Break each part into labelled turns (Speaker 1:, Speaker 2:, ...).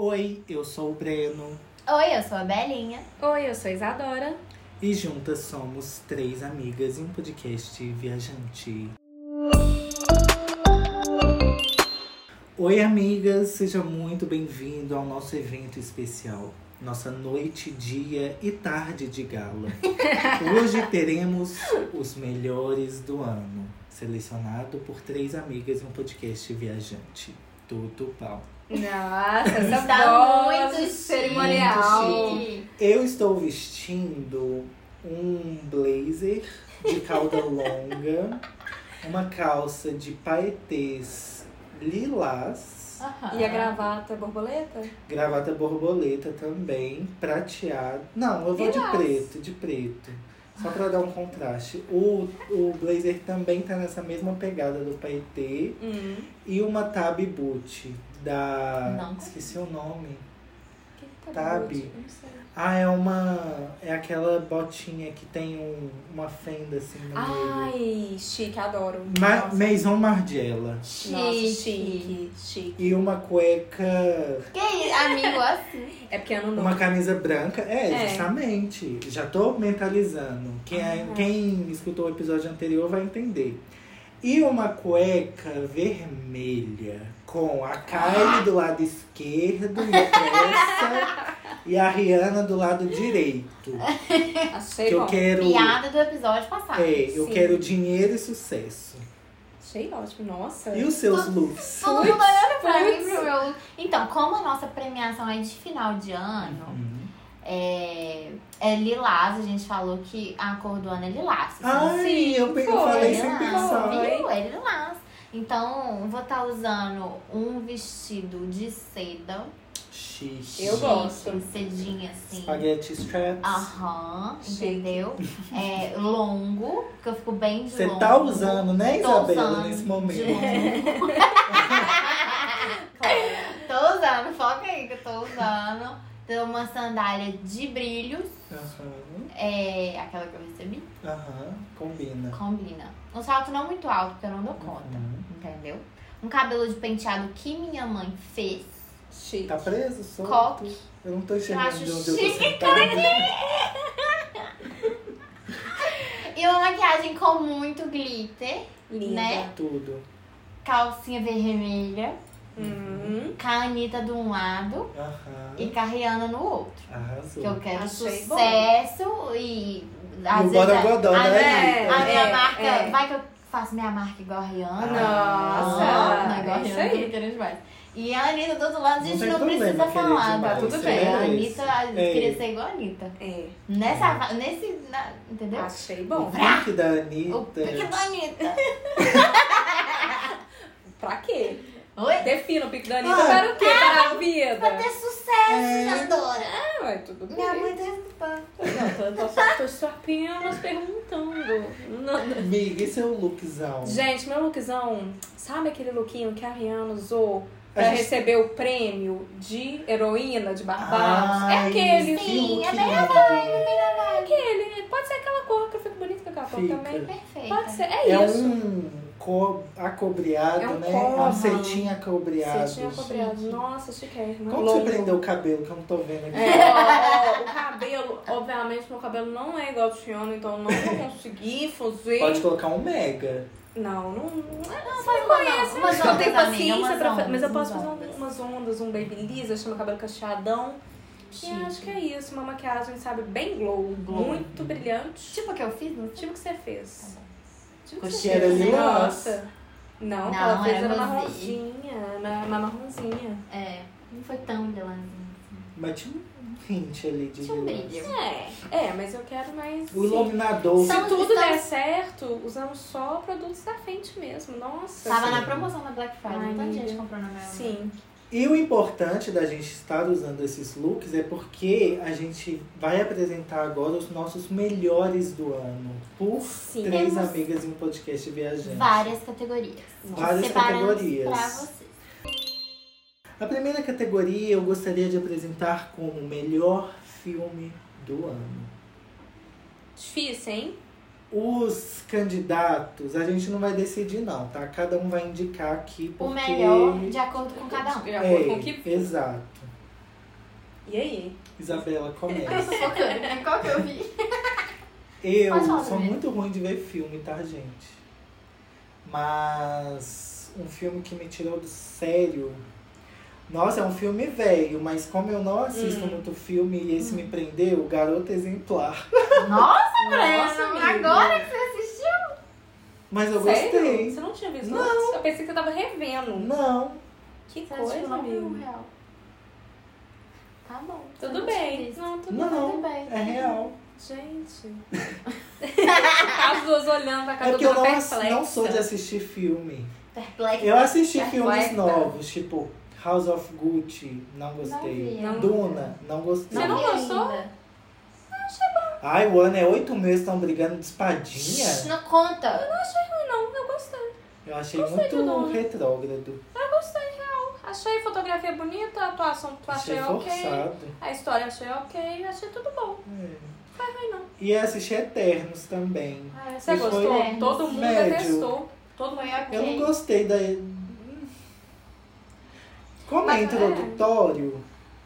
Speaker 1: Oi, eu sou o Breno
Speaker 2: Oi, eu sou a Belinha.
Speaker 3: Oi, eu sou a Isadora.
Speaker 1: e juntas somos três amigas em um podcast viajante. Oi, amigas, seja muito bem-vindo ao nosso evento especial. Nossa noite, dia e tarde de gala. Hoje teremos os melhores do ano, selecionado por três amigas em um podcast viajante. Tudo pau.
Speaker 3: Nossa, essa
Speaker 2: Está
Speaker 3: voz
Speaker 2: muito chique.
Speaker 3: cerimonial.
Speaker 1: Eu estou vestindo um blazer de calda longa, uma calça de paetês lilás,
Speaker 2: Aham.
Speaker 3: E é a gravata borboleta?
Speaker 1: gravata borboleta também, prateado. Não, eu vou
Speaker 3: Lilás.
Speaker 1: de preto, de preto. Só pra dar um contraste. O, o blazer também tá nessa mesma pegada do paetê.
Speaker 3: Hum.
Speaker 1: E uma tab boot da.
Speaker 2: Não.
Speaker 1: Esqueci o nome.
Speaker 3: Que que tá
Speaker 1: Tabe.
Speaker 3: bonito? Não sei.
Speaker 1: Ah, é uma. É aquela botinha que tem um- uma fenda assim no meio.
Speaker 3: Ai, chique, adoro.
Speaker 1: Ma
Speaker 3: Ah, é. Nossa.
Speaker 1: Maison Margiela.
Speaker 3: Nossa,
Speaker 2: Chique.
Speaker 3: chique, chique.
Speaker 1: E uma cueca.
Speaker 2: Que é isso, amigo, assim.
Speaker 3: É porque ano novo.
Speaker 1: Uma camisa branca. É,
Speaker 3: É.
Speaker 1: justamente. Já tô mentalizando. Quem, é, quem escutou o episódio anterior vai entender. E uma cueca vermelha com a Kylie do lado esquerdo, impressa, e a Rihanna do lado direito.
Speaker 3: Achei
Speaker 1: Que eu
Speaker 3: É, bom.
Speaker 1: quero.
Speaker 2: Piada do episódio passado.
Speaker 1: É, eu
Speaker 3: Sim.
Speaker 1: quero dinheiro e sucesso.
Speaker 3: Achei ótimo, nossa.
Speaker 1: E os seus looks?
Speaker 2: Tudo olhando pra mim,
Speaker 3: Putz.
Speaker 2: pro meu... Então, como a nossa premiação é de final de ano,
Speaker 1: Hum.
Speaker 2: é, é lilás, a gente falou que a cor do ano é lilás. assim,
Speaker 1: Ai,
Speaker 3: Sim,
Speaker 1: eu, pe- eu
Speaker 3: foi,
Speaker 1: falei
Speaker 2: É
Speaker 1: sem
Speaker 2: lilás,
Speaker 1: pensar.
Speaker 3: foi.
Speaker 2: Viu? É lilás. Então, vou estar usando um vestido de seda.
Speaker 1: Xixi.
Speaker 3: Eu gosto.
Speaker 2: Chique, Cedinha, assim.
Speaker 1: Spaghetti straps.
Speaker 2: Ah, Aham,
Speaker 3: Chique.
Speaker 2: entendeu? É longo, porque eu fico bem de
Speaker 1: Você
Speaker 2: longo.
Speaker 1: tá usando, né,
Speaker 2: Tô
Speaker 1: Isabela,
Speaker 2: usando É.
Speaker 1: nesse
Speaker 2: de
Speaker 1: momento?
Speaker 2: longo.
Speaker 3: Claro.
Speaker 2: tô usando, foca aí que eu tô usando. Tem uma sandália de brilhos,
Speaker 1: Aham,
Speaker 2: é aquela que eu recebi,
Speaker 1: aham, combina.
Speaker 2: combina. Um salto não muito alto, porque eu não dou conta,
Speaker 1: Uhum.
Speaker 2: entendeu? Um cabelo de penteado que minha mãe fez,
Speaker 3: Chique.
Speaker 1: Tá preso? Solto?
Speaker 2: coque.
Speaker 1: Eu não tô
Speaker 2: Eu
Speaker 1: enxergando
Speaker 2: acho
Speaker 1: de onde eu tô
Speaker 2: chique, né?
Speaker 1: sentada.
Speaker 2: E uma maquiagem com muito glitter,
Speaker 3: Linda.
Speaker 2: Né?
Speaker 1: Tudo.
Speaker 2: calcinha vermelha,
Speaker 3: Hum.
Speaker 2: com a Anitta de um lado
Speaker 1: Aham,
Speaker 2: e com a Rihanna no outro.
Speaker 1: arrasou.
Speaker 2: Que eu quero
Speaker 3: Achei bom.
Speaker 2: sucesso e.
Speaker 1: E o
Speaker 2: Às
Speaker 1: Bora
Speaker 2: vezes, a-
Speaker 1: Godó,
Speaker 2: a,
Speaker 1: né,
Speaker 2: minha-
Speaker 3: Anitta?
Speaker 2: a minha
Speaker 3: É,
Speaker 2: marca.
Speaker 3: é.
Speaker 2: Vai que eu faço minha marca igual a
Speaker 1: Ah.
Speaker 2: Rihanna.
Speaker 3: Nossa,
Speaker 2: Não, não é igual a
Speaker 3: é isso
Speaker 2: Rihanna,
Speaker 3: aí.
Speaker 2: tô querendo demais. E a Anitta do outro lado, a
Speaker 1: Não
Speaker 2: gente
Speaker 1: tem
Speaker 2: não,
Speaker 1: problema,
Speaker 2: precisa
Speaker 1: querer
Speaker 2: falar,
Speaker 1: demais,
Speaker 2: tá tudo
Speaker 3: você
Speaker 2: bem. A
Speaker 1: merece.
Speaker 2: Anitta, a gente
Speaker 1: É.
Speaker 2: queria ser igual a Anitta.
Speaker 3: É.
Speaker 2: Nessa. va- Nesse. na- entendeu?
Speaker 3: Achei
Speaker 1: O
Speaker 3: bom.
Speaker 1: pique da
Speaker 2: O pique
Speaker 1: Anitta.
Speaker 2: da Anitta.
Speaker 3: Pra quê?
Speaker 2: Oi?
Speaker 3: Defina o pique da Anitta
Speaker 1: Ah.
Speaker 3: para o quê? Para a vida.
Speaker 2: Ter
Speaker 1: É.
Speaker 2: sucesso, Isadora.
Speaker 3: Ah, mas tudo bem.
Speaker 2: Minha mãe tá escutando.
Speaker 3: Não, tô, tô, só, tô só apenas perguntando. Não,
Speaker 1: É, Miga, e seu lookzão?
Speaker 3: Gente, meu lookzão, sabe aquele lookinho que a Rihanna usou pra
Speaker 1: A gente-
Speaker 3: receber o prêmio de heroína de Barbados? é
Speaker 1: Ai,
Speaker 3: aquele,
Speaker 1: que
Speaker 2: Sim,
Speaker 1: look
Speaker 2: é bem a
Speaker 1: lindo.
Speaker 3: é aquele. Pode ser aquela cor que eu fico bonita com aquela cor
Speaker 1: Fica.
Speaker 3: também.
Speaker 2: Perfeita.
Speaker 3: Pode ser, é,
Speaker 1: É
Speaker 3: isso.
Speaker 1: um co acobreado,
Speaker 3: É um
Speaker 1: né? É um
Speaker 3: cobre.
Speaker 1: cetim acobreado.
Speaker 3: Você tinha cobrado. Nossa, chiquérrimo.
Speaker 1: Como que
Speaker 3: Longo.
Speaker 1: você prendeu o cabelo que eu não tô vendo aqui?
Speaker 3: É, ó, ó, o cabelo, obviamente, meu cabelo não é igual ao do Tiano, então eu não vou conseguir fazer.
Speaker 1: Pode colocar um mega.
Speaker 3: Não, não. Não, não
Speaker 2: faz
Speaker 3: faz
Speaker 2: uma-
Speaker 3: conhece,
Speaker 2: umas
Speaker 3: mas eu não tenho
Speaker 2: ondas, amiga,
Speaker 3: paciência
Speaker 2: umas
Speaker 3: pra
Speaker 2: ondas,
Speaker 3: fazer. Mas eu
Speaker 2: umas
Speaker 3: posso fazer
Speaker 2: ondas.
Speaker 3: um- umas ondas, um baby lisa, chama cabelo cacheadão. E
Speaker 2: Chique.
Speaker 3: acho que é isso, uma maquiagem, sabe, bem glow,
Speaker 2: Glow. Tá
Speaker 3: muito brilhante.
Speaker 2: Tipo o que eu fiz, não
Speaker 3: Tipo o que você fez. Tipo o que
Speaker 1: Cocheira
Speaker 3: você fez.
Speaker 1: lilás.
Speaker 3: Nossa. Não,
Speaker 2: Não, é
Speaker 3: ela fez
Speaker 2: era
Speaker 3: era
Speaker 2: você.
Speaker 3: marronzinha, na, na marronzinha.
Speaker 2: É, não foi tão lilazinho.
Speaker 1: Mas tinha um hint ali de
Speaker 2: Tinha um
Speaker 1: lilás.
Speaker 2: brilho.
Speaker 3: É, é, mas eu quero mais...
Speaker 1: O
Speaker 3: sim.
Speaker 1: iluminador.
Speaker 2: São-
Speaker 3: Se tudo
Speaker 2: Estamos-
Speaker 3: der certo, usamos só produtos da frente mesmo. Nossa.
Speaker 2: Tava
Speaker 1: Sim.
Speaker 2: na promoção da Black Friday,
Speaker 3: Ai,
Speaker 2: muita
Speaker 3: amiga.
Speaker 2: gente comprou na minha
Speaker 3: Sim.
Speaker 1: E o importante da gente estar usando esses looks é porque a gente vai apresentar agora os nossos melhores do ano. Por
Speaker 3: Sim.
Speaker 1: três
Speaker 2: Temos
Speaker 1: amigas em um podcast viajante.
Speaker 2: Várias categorias.
Speaker 1: Várias
Speaker 2: Separamos
Speaker 1: categorias.
Speaker 2: Pra vocês.
Speaker 1: A primeira categoria eu gostaria de apresentar como o melhor filme do ano.
Speaker 3: Difícil, hein?
Speaker 1: Os candidatos, a gente não vai decidir não, tá? Cada um vai indicar aqui porque...
Speaker 2: O melhor de acordo com cada um.
Speaker 3: De acordo
Speaker 1: É,
Speaker 3: com o que
Speaker 1: Exato.
Speaker 3: E aí?
Speaker 1: Isabela,
Speaker 4: Eu
Speaker 1: começa.
Speaker 4: sou focana. Qual que eu vi?
Speaker 1: Eu
Speaker 2: Pode falar
Speaker 1: sou
Speaker 2: primeiro.
Speaker 1: muito ruim de ver filme, tá, gente? Mas um filme que me tirou do sério. Nossa, é um filme velho, mas como eu não
Speaker 2: Hum.
Speaker 1: assisto muito filme e esse me prendeu, Garota Exemplar.
Speaker 2: Nossa,
Speaker 3: Nossa,
Speaker 2: Breno,
Speaker 3: amiga.
Speaker 2: agora que você assistiu.
Speaker 1: Mas eu
Speaker 3: Sério?
Speaker 1: gostei.
Speaker 3: Você não tinha visto antes? Eu pensei que você tava revendo.
Speaker 1: Não.
Speaker 3: Que
Speaker 2: Você
Speaker 3: coisa,
Speaker 2: assistiu não
Speaker 3: amigo.
Speaker 2: viu o real. Tá bom. você
Speaker 3: Tudo
Speaker 2: não tinha
Speaker 3: bem.
Speaker 2: visto.
Speaker 3: Não, tudo
Speaker 1: Não.
Speaker 2: Tudo bem.
Speaker 1: É real.
Speaker 3: Gente. As duas olhando pra
Speaker 1: É
Speaker 3: cada
Speaker 1: porque eu
Speaker 3: outra
Speaker 1: não, ass-
Speaker 3: perplexa. É
Speaker 1: não sou de assistir filme.
Speaker 2: Perplexo.
Speaker 1: Eu assisti
Speaker 2: Perplexa.
Speaker 1: filmes novos, tipo House of Gucci, não gostei.
Speaker 2: vi.
Speaker 1: Duna, não gostei.
Speaker 3: Você não
Speaker 2: vi
Speaker 3: gostou?
Speaker 2: ainda.
Speaker 1: Ai, o ano é oito meses, estão brigando de espadinha.
Speaker 2: Shh, Não conta.
Speaker 3: Não, eu gostei.
Speaker 1: Eu achei
Speaker 3: Gostei do
Speaker 1: muito
Speaker 3: nome.
Speaker 1: retrógrado.
Speaker 3: Achei fotografia bonita, a atuação
Speaker 1: Achei
Speaker 3: achei, é ok.
Speaker 1: forçado.
Speaker 3: A história achei ok, achei tudo bom.
Speaker 1: E assisti Eternos também.
Speaker 2: Ah,
Speaker 3: Você
Speaker 1: E foi
Speaker 3: gostou? Todo mundo
Speaker 1: médio.
Speaker 3: detestou. Todo mundo
Speaker 2: Foi
Speaker 1: Eu
Speaker 2: Ok.
Speaker 1: não gostei da. Como é
Speaker 3: Mas- É.
Speaker 1: introdutório,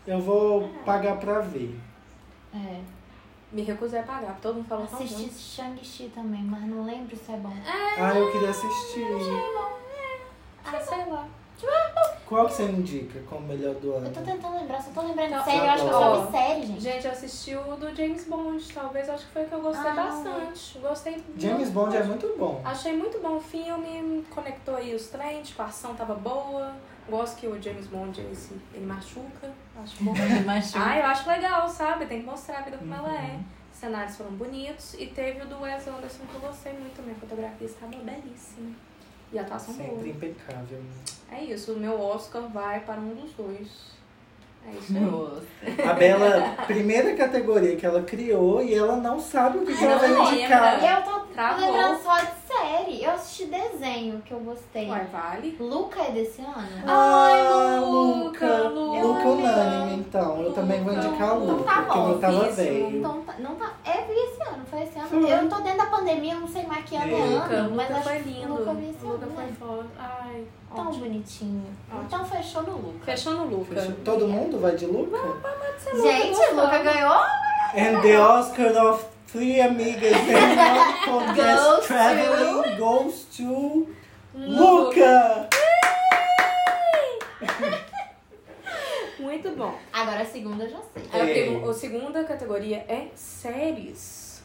Speaker 1: eu vou pagar pra ver.
Speaker 2: É.
Speaker 3: Me recusei a pagar, porque todo mundo falou tão
Speaker 2: Assisti
Speaker 3: ruim.
Speaker 2: Shang-Chi também, mas não lembro se é bom.
Speaker 1: Ah, eu queria assistir.
Speaker 3: Ah, sei lá.
Speaker 1: Qual que você indica como melhor do ano?
Speaker 2: Eu tô tentando lembrar, se eu tô lembrando
Speaker 3: Então,
Speaker 2: de série, eu acho que eu
Speaker 3: ó,
Speaker 2: só vi série, gente.
Speaker 3: Gente, eu assisti o do James Bond, talvez acho que foi o que eu gostei
Speaker 2: Ah, não.
Speaker 3: bastante. Gostei
Speaker 1: James
Speaker 3: muito.
Speaker 1: Bond é muito bom.
Speaker 3: Achei muito bom o filme, me conectou aí os trem, tipo, a ação tava boa. Gosto que o James Bond, ele, se- ele machuca, acho bom. ah, eu acho legal, sabe? Tem que mostrar a vida como ela é.
Speaker 1: Uhum.
Speaker 3: Os cenários foram bonitos. E teve o do Wes Anderson, que eu gostei muito também. A fotografia estava belíssima. E a atuação
Speaker 1: Sempre
Speaker 3: boa.
Speaker 1: impecável. né?
Speaker 3: É isso, o meu Oscar vai para um dos dois. É isso aí.
Speaker 4: Nossa.
Speaker 1: A Bela, primeira categoria que ela criou e ela não sabe o que, que
Speaker 3: Ah,
Speaker 1: ela vai
Speaker 3: não lembra.
Speaker 1: indicar.
Speaker 2: E eu tô
Speaker 3: Travou.
Speaker 2: lembrando só de série. Eu assisti desenho que eu gostei.
Speaker 3: Uai, vale?
Speaker 2: Luca é desse ano?
Speaker 1: Ai,
Speaker 3: Luca, Luca.
Speaker 1: Ah, Luca unânime, então. Eu também vou
Speaker 3: Luca.
Speaker 1: indicar
Speaker 2: Então
Speaker 1: Luca,
Speaker 2: tá
Speaker 1: porque
Speaker 2: bom,
Speaker 1: eu tava
Speaker 3: isso.
Speaker 1: velho.
Speaker 2: Então, tá- não tá. É, vi esse ano, foi esse ano.
Speaker 1: Foi.
Speaker 2: Eu tô dentro da pandemia, eu não sei mais que ano é
Speaker 1: Luca,
Speaker 2: ano, mas
Speaker 3: Luca
Speaker 2: acho
Speaker 3: foi
Speaker 2: que
Speaker 3: lindo.
Speaker 2: Luca vi esse
Speaker 3: Luca
Speaker 2: ano.
Speaker 3: foi
Speaker 2: né? Então,
Speaker 3: foda. Ai,
Speaker 2: Tão
Speaker 3: ótimo.
Speaker 2: bonitinho.
Speaker 3: Ótimo.
Speaker 2: Então fechou no Luca.
Speaker 3: Fechando o Luca. é
Speaker 1: Fechou. Todo mundo vai de Luca?
Speaker 2: Gente,
Speaker 3: Luca
Speaker 2: Luca,
Speaker 3: gostava.
Speaker 2: ganhou?
Speaker 1: And the Oscar of Three Amigas and Not
Speaker 2: Goes
Speaker 1: Podcast
Speaker 2: to-
Speaker 1: Traveling goes to Luca!
Speaker 3: Muito bom.
Speaker 2: Agora a segunda eu já sei.
Speaker 3: Aí eu
Speaker 1: É.
Speaker 3: pergunto, a segunda categoria é séries.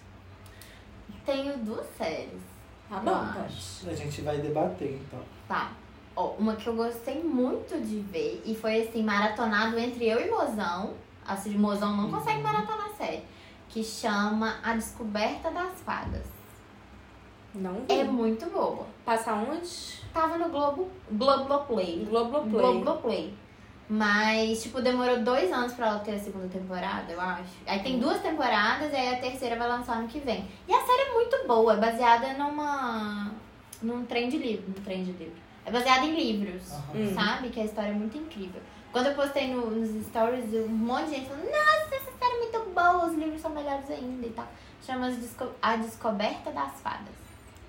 Speaker 2: Tenho duas séries.
Speaker 3: Tá
Speaker 2: Eu
Speaker 3: bom,
Speaker 2: acho.
Speaker 3: Tati.
Speaker 1: A gente vai debater, então.
Speaker 2: Tá. Ó, uma que eu gostei muito de ver e foi assim, maratonado entre eu e Mozão. Assim, de Mozão não consegue maratonar a série. Que chama A Descoberta das Fadas.
Speaker 3: Não vi.
Speaker 2: É muito boa.
Speaker 3: Passa onde?
Speaker 2: Tava no Globo. Globoplay.
Speaker 3: Globoplay.
Speaker 2: Globoplay. Mas, tipo, demorou dois anos pra ela ter a segunda temporada, eu acho. Aí tem duas temporadas, aí a terceira vai lançar ano que vem. E a série é muito boa, é baseada numa. num trem de livro. Num trem de livro. É baseada em livros,
Speaker 1: Aham.
Speaker 3: Hum.
Speaker 2: sabe? Que a história é muito incrível. Quando eu postei no- nos stories, um monte de gente falando, nossa, essa série é muito boa, os livros são melhores ainda e tal. Chama -se Desco A Descoberta das Fadas.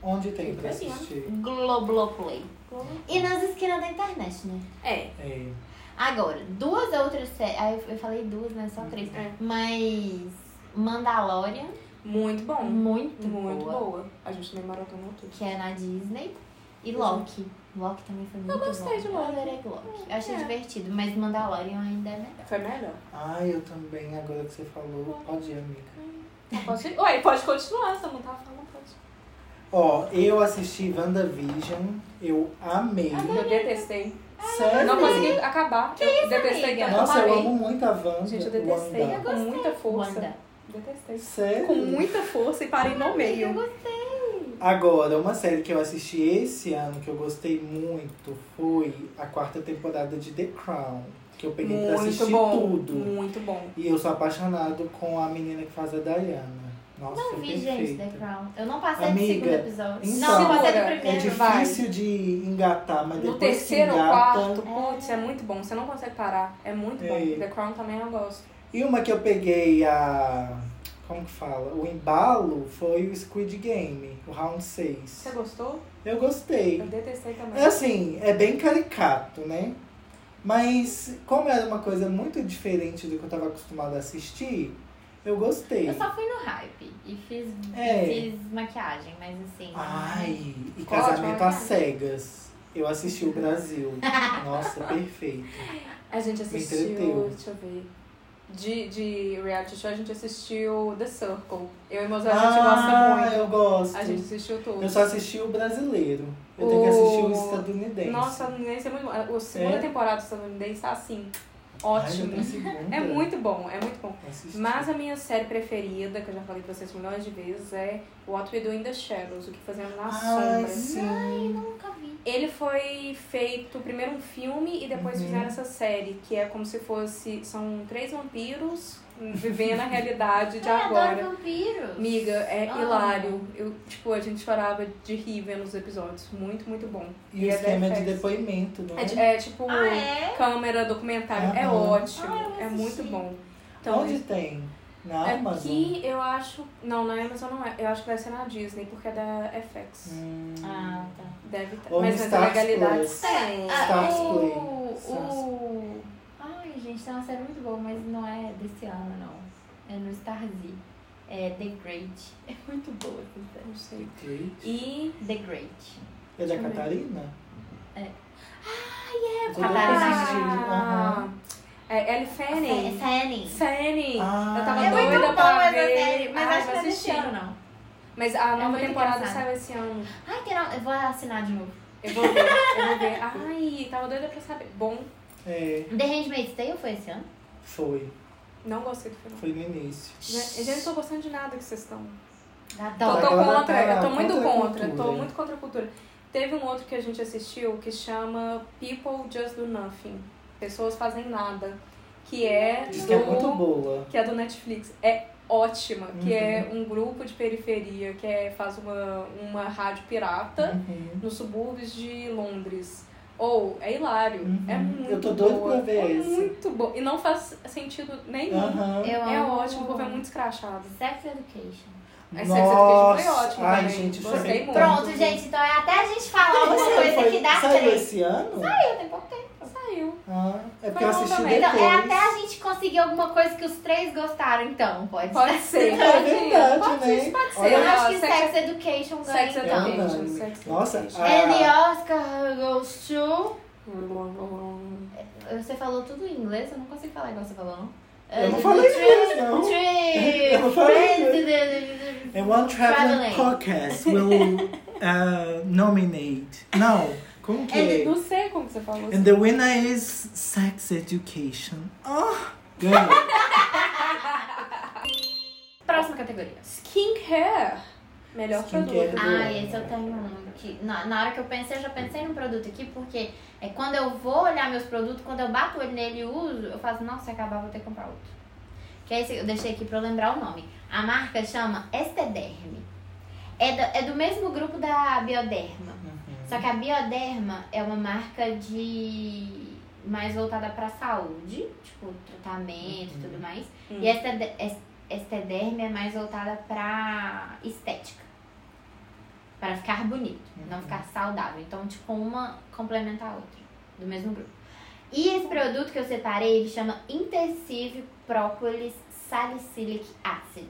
Speaker 1: Onde tem pra
Speaker 3: Italiano.
Speaker 1: assistir?
Speaker 2: Globoplay.
Speaker 3: Globo-
Speaker 2: E nas esquinas da internet, né?
Speaker 3: É.
Speaker 1: É.
Speaker 2: Agora, duas outras séries. Aí eu- eu falei duas, né? Só três.
Speaker 3: É.
Speaker 2: Mas. Mandalorian,
Speaker 3: Muito bom.
Speaker 2: muito,
Speaker 3: É. Muito
Speaker 2: boa,
Speaker 3: boa. A gente nem maratonou tudo.
Speaker 2: Que é na Disney. E Loki. Loki também foi muito bom.
Speaker 3: gostei de Loki.
Speaker 2: Eu adorei Loki. Eu achei
Speaker 3: É.
Speaker 2: divertido, mas Mandalorian ainda é melhor.
Speaker 3: Foi melhor.
Speaker 1: Ai, eu também, agora que você
Speaker 3: Uhum.
Speaker 1: falou. Pode ir, amiga.
Speaker 3: Pode... Ué, pode continuar, se eu não tava falando, pode.
Speaker 1: Ó, eu assisti WandaVision. Eu É amei.
Speaker 3: Ah, Eu detestei.
Speaker 1: Sério?
Speaker 3: Ah, Não consegui acabar. eu detestei
Speaker 2: amiga?
Speaker 3: que eu não
Speaker 1: Nossa, eu
Speaker 3: parei.
Speaker 1: amo muito a Wanda.
Speaker 3: Gente, eu detestei
Speaker 1: Wanda.
Speaker 3: com muita força.
Speaker 2: Wanda.
Speaker 3: Detestei.
Speaker 1: Sério?
Speaker 3: Com muita força e parei no
Speaker 2: Eu
Speaker 3: meio.
Speaker 2: gostei.
Speaker 1: Agora, uma série que eu assisti esse ano que eu gostei muito foi a quarta temporada de The Crown. Que eu peguei pra
Speaker 3: Muito
Speaker 1: assistir
Speaker 3: bom. Uhum.
Speaker 1: tudo.
Speaker 3: Muito bom.
Speaker 1: E eu sou apaixonado com a menina que faz a Diana. Nossa,
Speaker 2: Não vi, gente,
Speaker 1: é perfeita.
Speaker 2: The Crown. Eu não passei do
Speaker 1: Amiga,
Speaker 2: segundo episódio.
Speaker 1: então,
Speaker 2: não, eu passei do
Speaker 3: segura.
Speaker 1: É
Speaker 2: primeiro.
Speaker 3: vai.
Speaker 1: difícil de engatar, mas
Speaker 3: No
Speaker 1: depois
Speaker 3: terceiro
Speaker 1: que
Speaker 3: ou
Speaker 1: engata...
Speaker 3: quarto, putz, é muito bom. Você não consegue parar. É muito bom.
Speaker 1: É.
Speaker 3: The Crown também eu gosto.
Speaker 1: E uma que eu peguei a... Como que fala? O embalo foi o Squid Game, o round 6.
Speaker 3: Você gostou?
Speaker 1: Eu gostei. Ah!
Speaker 3: Eu detestei também.
Speaker 1: É assim, é bem caricato, né? Mas como era uma coisa muito diferente do que eu tava acostumada a assistir, eu gostei.
Speaker 2: Eu só fui no hype e fiz,
Speaker 1: É.
Speaker 2: fiz maquiagem, mas assim.
Speaker 1: Ai, e
Speaker 3: Qual a
Speaker 1: casamento
Speaker 3: tua
Speaker 1: às cegas. Eu assisti o Brasil. Nossa, perfeito.
Speaker 3: A gente
Speaker 1: entreteu.
Speaker 3: assistiu. Deixa eu ver. De, de reality show, a gente assistiu The Circle. Eu e meus amigos, a gente
Speaker 1: ah,
Speaker 3: gosta muito.
Speaker 1: eu gosto.
Speaker 3: A gente assistiu tudo.
Speaker 1: Eu só assisti o brasileiro. Eu tenho que assistir o
Speaker 3: O-
Speaker 1: estadunidense.
Speaker 3: Nossa, estadunidense é muito bom. A segunda
Speaker 1: É?
Speaker 3: temporada do estadunidense tá assim,
Speaker 1: Ai, já
Speaker 3: ótimo.
Speaker 1: tem segunda.
Speaker 3: É muito bom, é muito bom.
Speaker 1: Assisti.
Speaker 3: Mas a minha série preferida, que eu já falei pra vocês milhões de vezes, é What We Do in the Shadows, o que fazemos na
Speaker 1: Ai,
Speaker 3: sombra.
Speaker 1: sim.
Speaker 2: Nunca vi.
Speaker 3: Ele foi feito primeiro um filme e depois
Speaker 1: Uhum.
Speaker 3: fizeram essa série, que é como se fosse. São três vampiros vivendo a realidade de
Speaker 2: eu
Speaker 3: agora.
Speaker 2: adoro vampiros.
Speaker 3: Amiga, é
Speaker 2: Ah.
Speaker 3: hilário. Eu, tipo, a gente chorava de rir vendo os episódios. Muito, muito bom.
Speaker 1: E o
Speaker 3: é
Speaker 1: esquema
Speaker 3: da
Speaker 1: de
Speaker 3: FX.
Speaker 1: depoimento, não é?
Speaker 3: É, de- é tipo
Speaker 2: Ah, é?
Speaker 3: câmera, documentário. É
Speaker 1: Aham.
Speaker 3: ótimo.
Speaker 2: Ah, eu
Speaker 3: é
Speaker 2: assisti.
Speaker 3: muito bom. Então, É
Speaker 1: Onde tem? Na Amazon?
Speaker 3: aqui eu acho. Não, na Amazon não é. Eu acho que vai ser na Disney, porque é da FX.
Speaker 1: Hum.
Speaker 2: Ah, tá.
Speaker 3: Deve ter.
Speaker 1: Ou no
Speaker 3: Mas mas a
Speaker 1: Stars
Speaker 3: legalidade
Speaker 1: Plus.
Speaker 3: tem.
Speaker 1: Ah, Stars
Speaker 2: o-
Speaker 1: Play.
Speaker 2: O... Ai, gente, tem uma série muito boa, mas não é desse ano, não. É no Starz. É The Great. É muito boa essa série.
Speaker 3: Não sei.
Speaker 1: Ok.
Speaker 3: E.
Speaker 2: The Great.
Speaker 1: É da
Speaker 3: tá. Deixa eu ver.
Speaker 1: Catarina?
Speaker 2: É.
Speaker 1: Ah, é,
Speaker 2: Catarina.
Speaker 1: Aham.
Speaker 3: É Ellie Fanning.
Speaker 2: Fanny.
Speaker 3: Fanning!
Speaker 1: Ah.
Speaker 3: eu tava
Speaker 2: É
Speaker 3: doida
Speaker 2: muito
Speaker 3: pra
Speaker 2: boa essa
Speaker 3: ver. Ah,
Speaker 2: série, mas
Speaker 3: Ai,
Speaker 2: acho que não
Speaker 3: vou
Speaker 2: é desse
Speaker 3: assistir.
Speaker 2: ano, não.
Speaker 3: Mas a
Speaker 1: É
Speaker 3: nova
Speaker 2: muito
Speaker 3: temporada
Speaker 2: engraçada.
Speaker 3: saiu esse ano.
Speaker 2: Ai, que não. Eu vou assinar de novo.
Speaker 3: Eu vou ver, eu vou ver. Ai, tava doida pra saber. Bom,
Speaker 1: É,
Speaker 2: The Handmaid's Tale foi esse ano?
Speaker 1: foi.
Speaker 3: não gostei do final.
Speaker 1: Foi no início.
Speaker 3: Gente, eu não tô gostando de nada que vocês estão.
Speaker 1: Tá,
Speaker 3: Eu
Speaker 2: Adoro.
Speaker 3: tô
Speaker 1: agora
Speaker 3: contra,
Speaker 1: tá
Speaker 3: eu tô muito
Speaker 1: contra a
Speaker 3: contra, eu tô
Speaker 1: cultura.
Speaker 3: muito contra a cultura. Teve um outro que a gente assistiu que chama People Just Do Nothing. Pessoas fazem nada. Que é
Speaker 1: Diz que é
Speaker 3: do-
Speaker 1: muito boa.
Speaker 3: que é do Netflix. É ótima.
Speaker 1: Uhum.
Speaker 3: Que é um grupo de periferia que é, faz uma, uma rádio pirata
Speaker 1: Uhum.
Speaker 3: nos subúrbios de Londres. Ou, é hilário.
Speaker 1: Uhum.
Speaker 3: É muito
Speaker 1: Eu tô doido
Speaker 3: boa.
Speaker 1: pra ver
Speaker 3: É
Speaker 1: esse.
Speaker 3: muito bom. E não faz sentido nenhum.
Speaker 1: Aham.
Speaker 2: Eu
Speaker 3: É
Speaker 2: amo.
Speaker 3: ótimo, o povo é muito escrachado.
Speaker 2: Sex Education.
Speaker 3: Aí Sex Education foi
Speaker 1: Nossa.
Speaker 3: ótimo
Speaker 1: Ai,
Speaker 3: também.
Speaker 1: gente, eu
Speaker 3: Gostei
Speaker 1: chorei
Speaker 3: muito.
Speaker 2: Pronto, gente, então é até a gente falar alguma
Speaker 1: Saiu,
Speaker 2: coisa
Speaker 1: foi-
Speaker 2: que dá
Speaker 1: Saiu
Speaker 2: três.
Speaker 1: esse ano?
Speaker 2: Saiu, tem pouco tempo.
Speaker 3: Saiu.
Speaker 1: Ah, é porque
Speaker 3: Foi
Speaker 1: eu
Speaker 3: bom
Speaker 1: assisti
Speaker 3: também.
Speaker 1: depois.
Speaker 2: Então, é até a gente conseguir alguma coisa que os três gostaram, então, pode
Speaker 3: Pode ser,
Speaker 1: É
Speaker 3: pode
Speaker 1: verdade,
Speaker 3: ir. Pode
Speaker 1: né?
Speaker 3: ir, pode ser.
Speaker 1: Olha,
Speaker 2: Eu acho que
Speaker 3: Sex-
Speaker 2: Sex Education ganha,
Speaker 3: Sex
Speaker 1: É
Speaker 2: então.
Speaker 1: verdade.
Speaker 3: Education. Sex
Speaker 1: Nossa, ah,
Speaker 3: Education.
Speaker 1: a-
Speaker 2: And the Oscar goes to... Você falou tudo em inglês, eu não consigo falar igual você falou, não?
Speaker 1: Eu não
Speaker 2: Uh,
Speaker 1: falei
Speaker 2: the
Speaker 1: inglês, não.
Speaker 2: trip-
Speaker 1: Eu não falei
Speaker 2: friends-
Speaker 1: And é one traveling
Speaker 2: Traveling.
Speaker 1: podcast will uh, nominate. Não, como que
Speaker 3: Ele-
Speaker 1: é?
Speaker 3: Não sei como que você falou. assim.
Speaker 1: And the winner is Sex Education. Ah, ganhou.
Speaker 2: Próxima categoria.
Speaker 3: Skincare. Melhor
Speaker 1: Skincare.
Speaker 3: produto.
Speaker 2: Ah, esse eu tenho um que na, na hora que eu pensei, eu já pensei num produto aqui, porque é quando eu vou olhar meus produtos, quando eu bato o olho nele e uso, eu faço, nossa, se acabar, vou ter que comprar outro. Que é esse, eu deixei aqui pra eu lembrar o nome. A marca chama Estederme. É do, é do mesmo grupo da Bioderma. Só que a Bioderma é uma marca de mais voltada pra saúde, tipo tratamento e
Speaker 1: Uhum.
Speaker 2: tudo mais.
Speaker 3: Hum.
Speaker 2: E esta es- estederme é mais voltada pra estética. Pra ficar bonito, não
Speaker 1: Uhum.
Speaker 2: ficar saudável. Então, tipo, uma complementa a outra, do mesmo grupo. E
Speaker 1: Uhum.
Speaker 2: esse produto que eu separei, ele chama Intensive Propolis Salicylic Acid.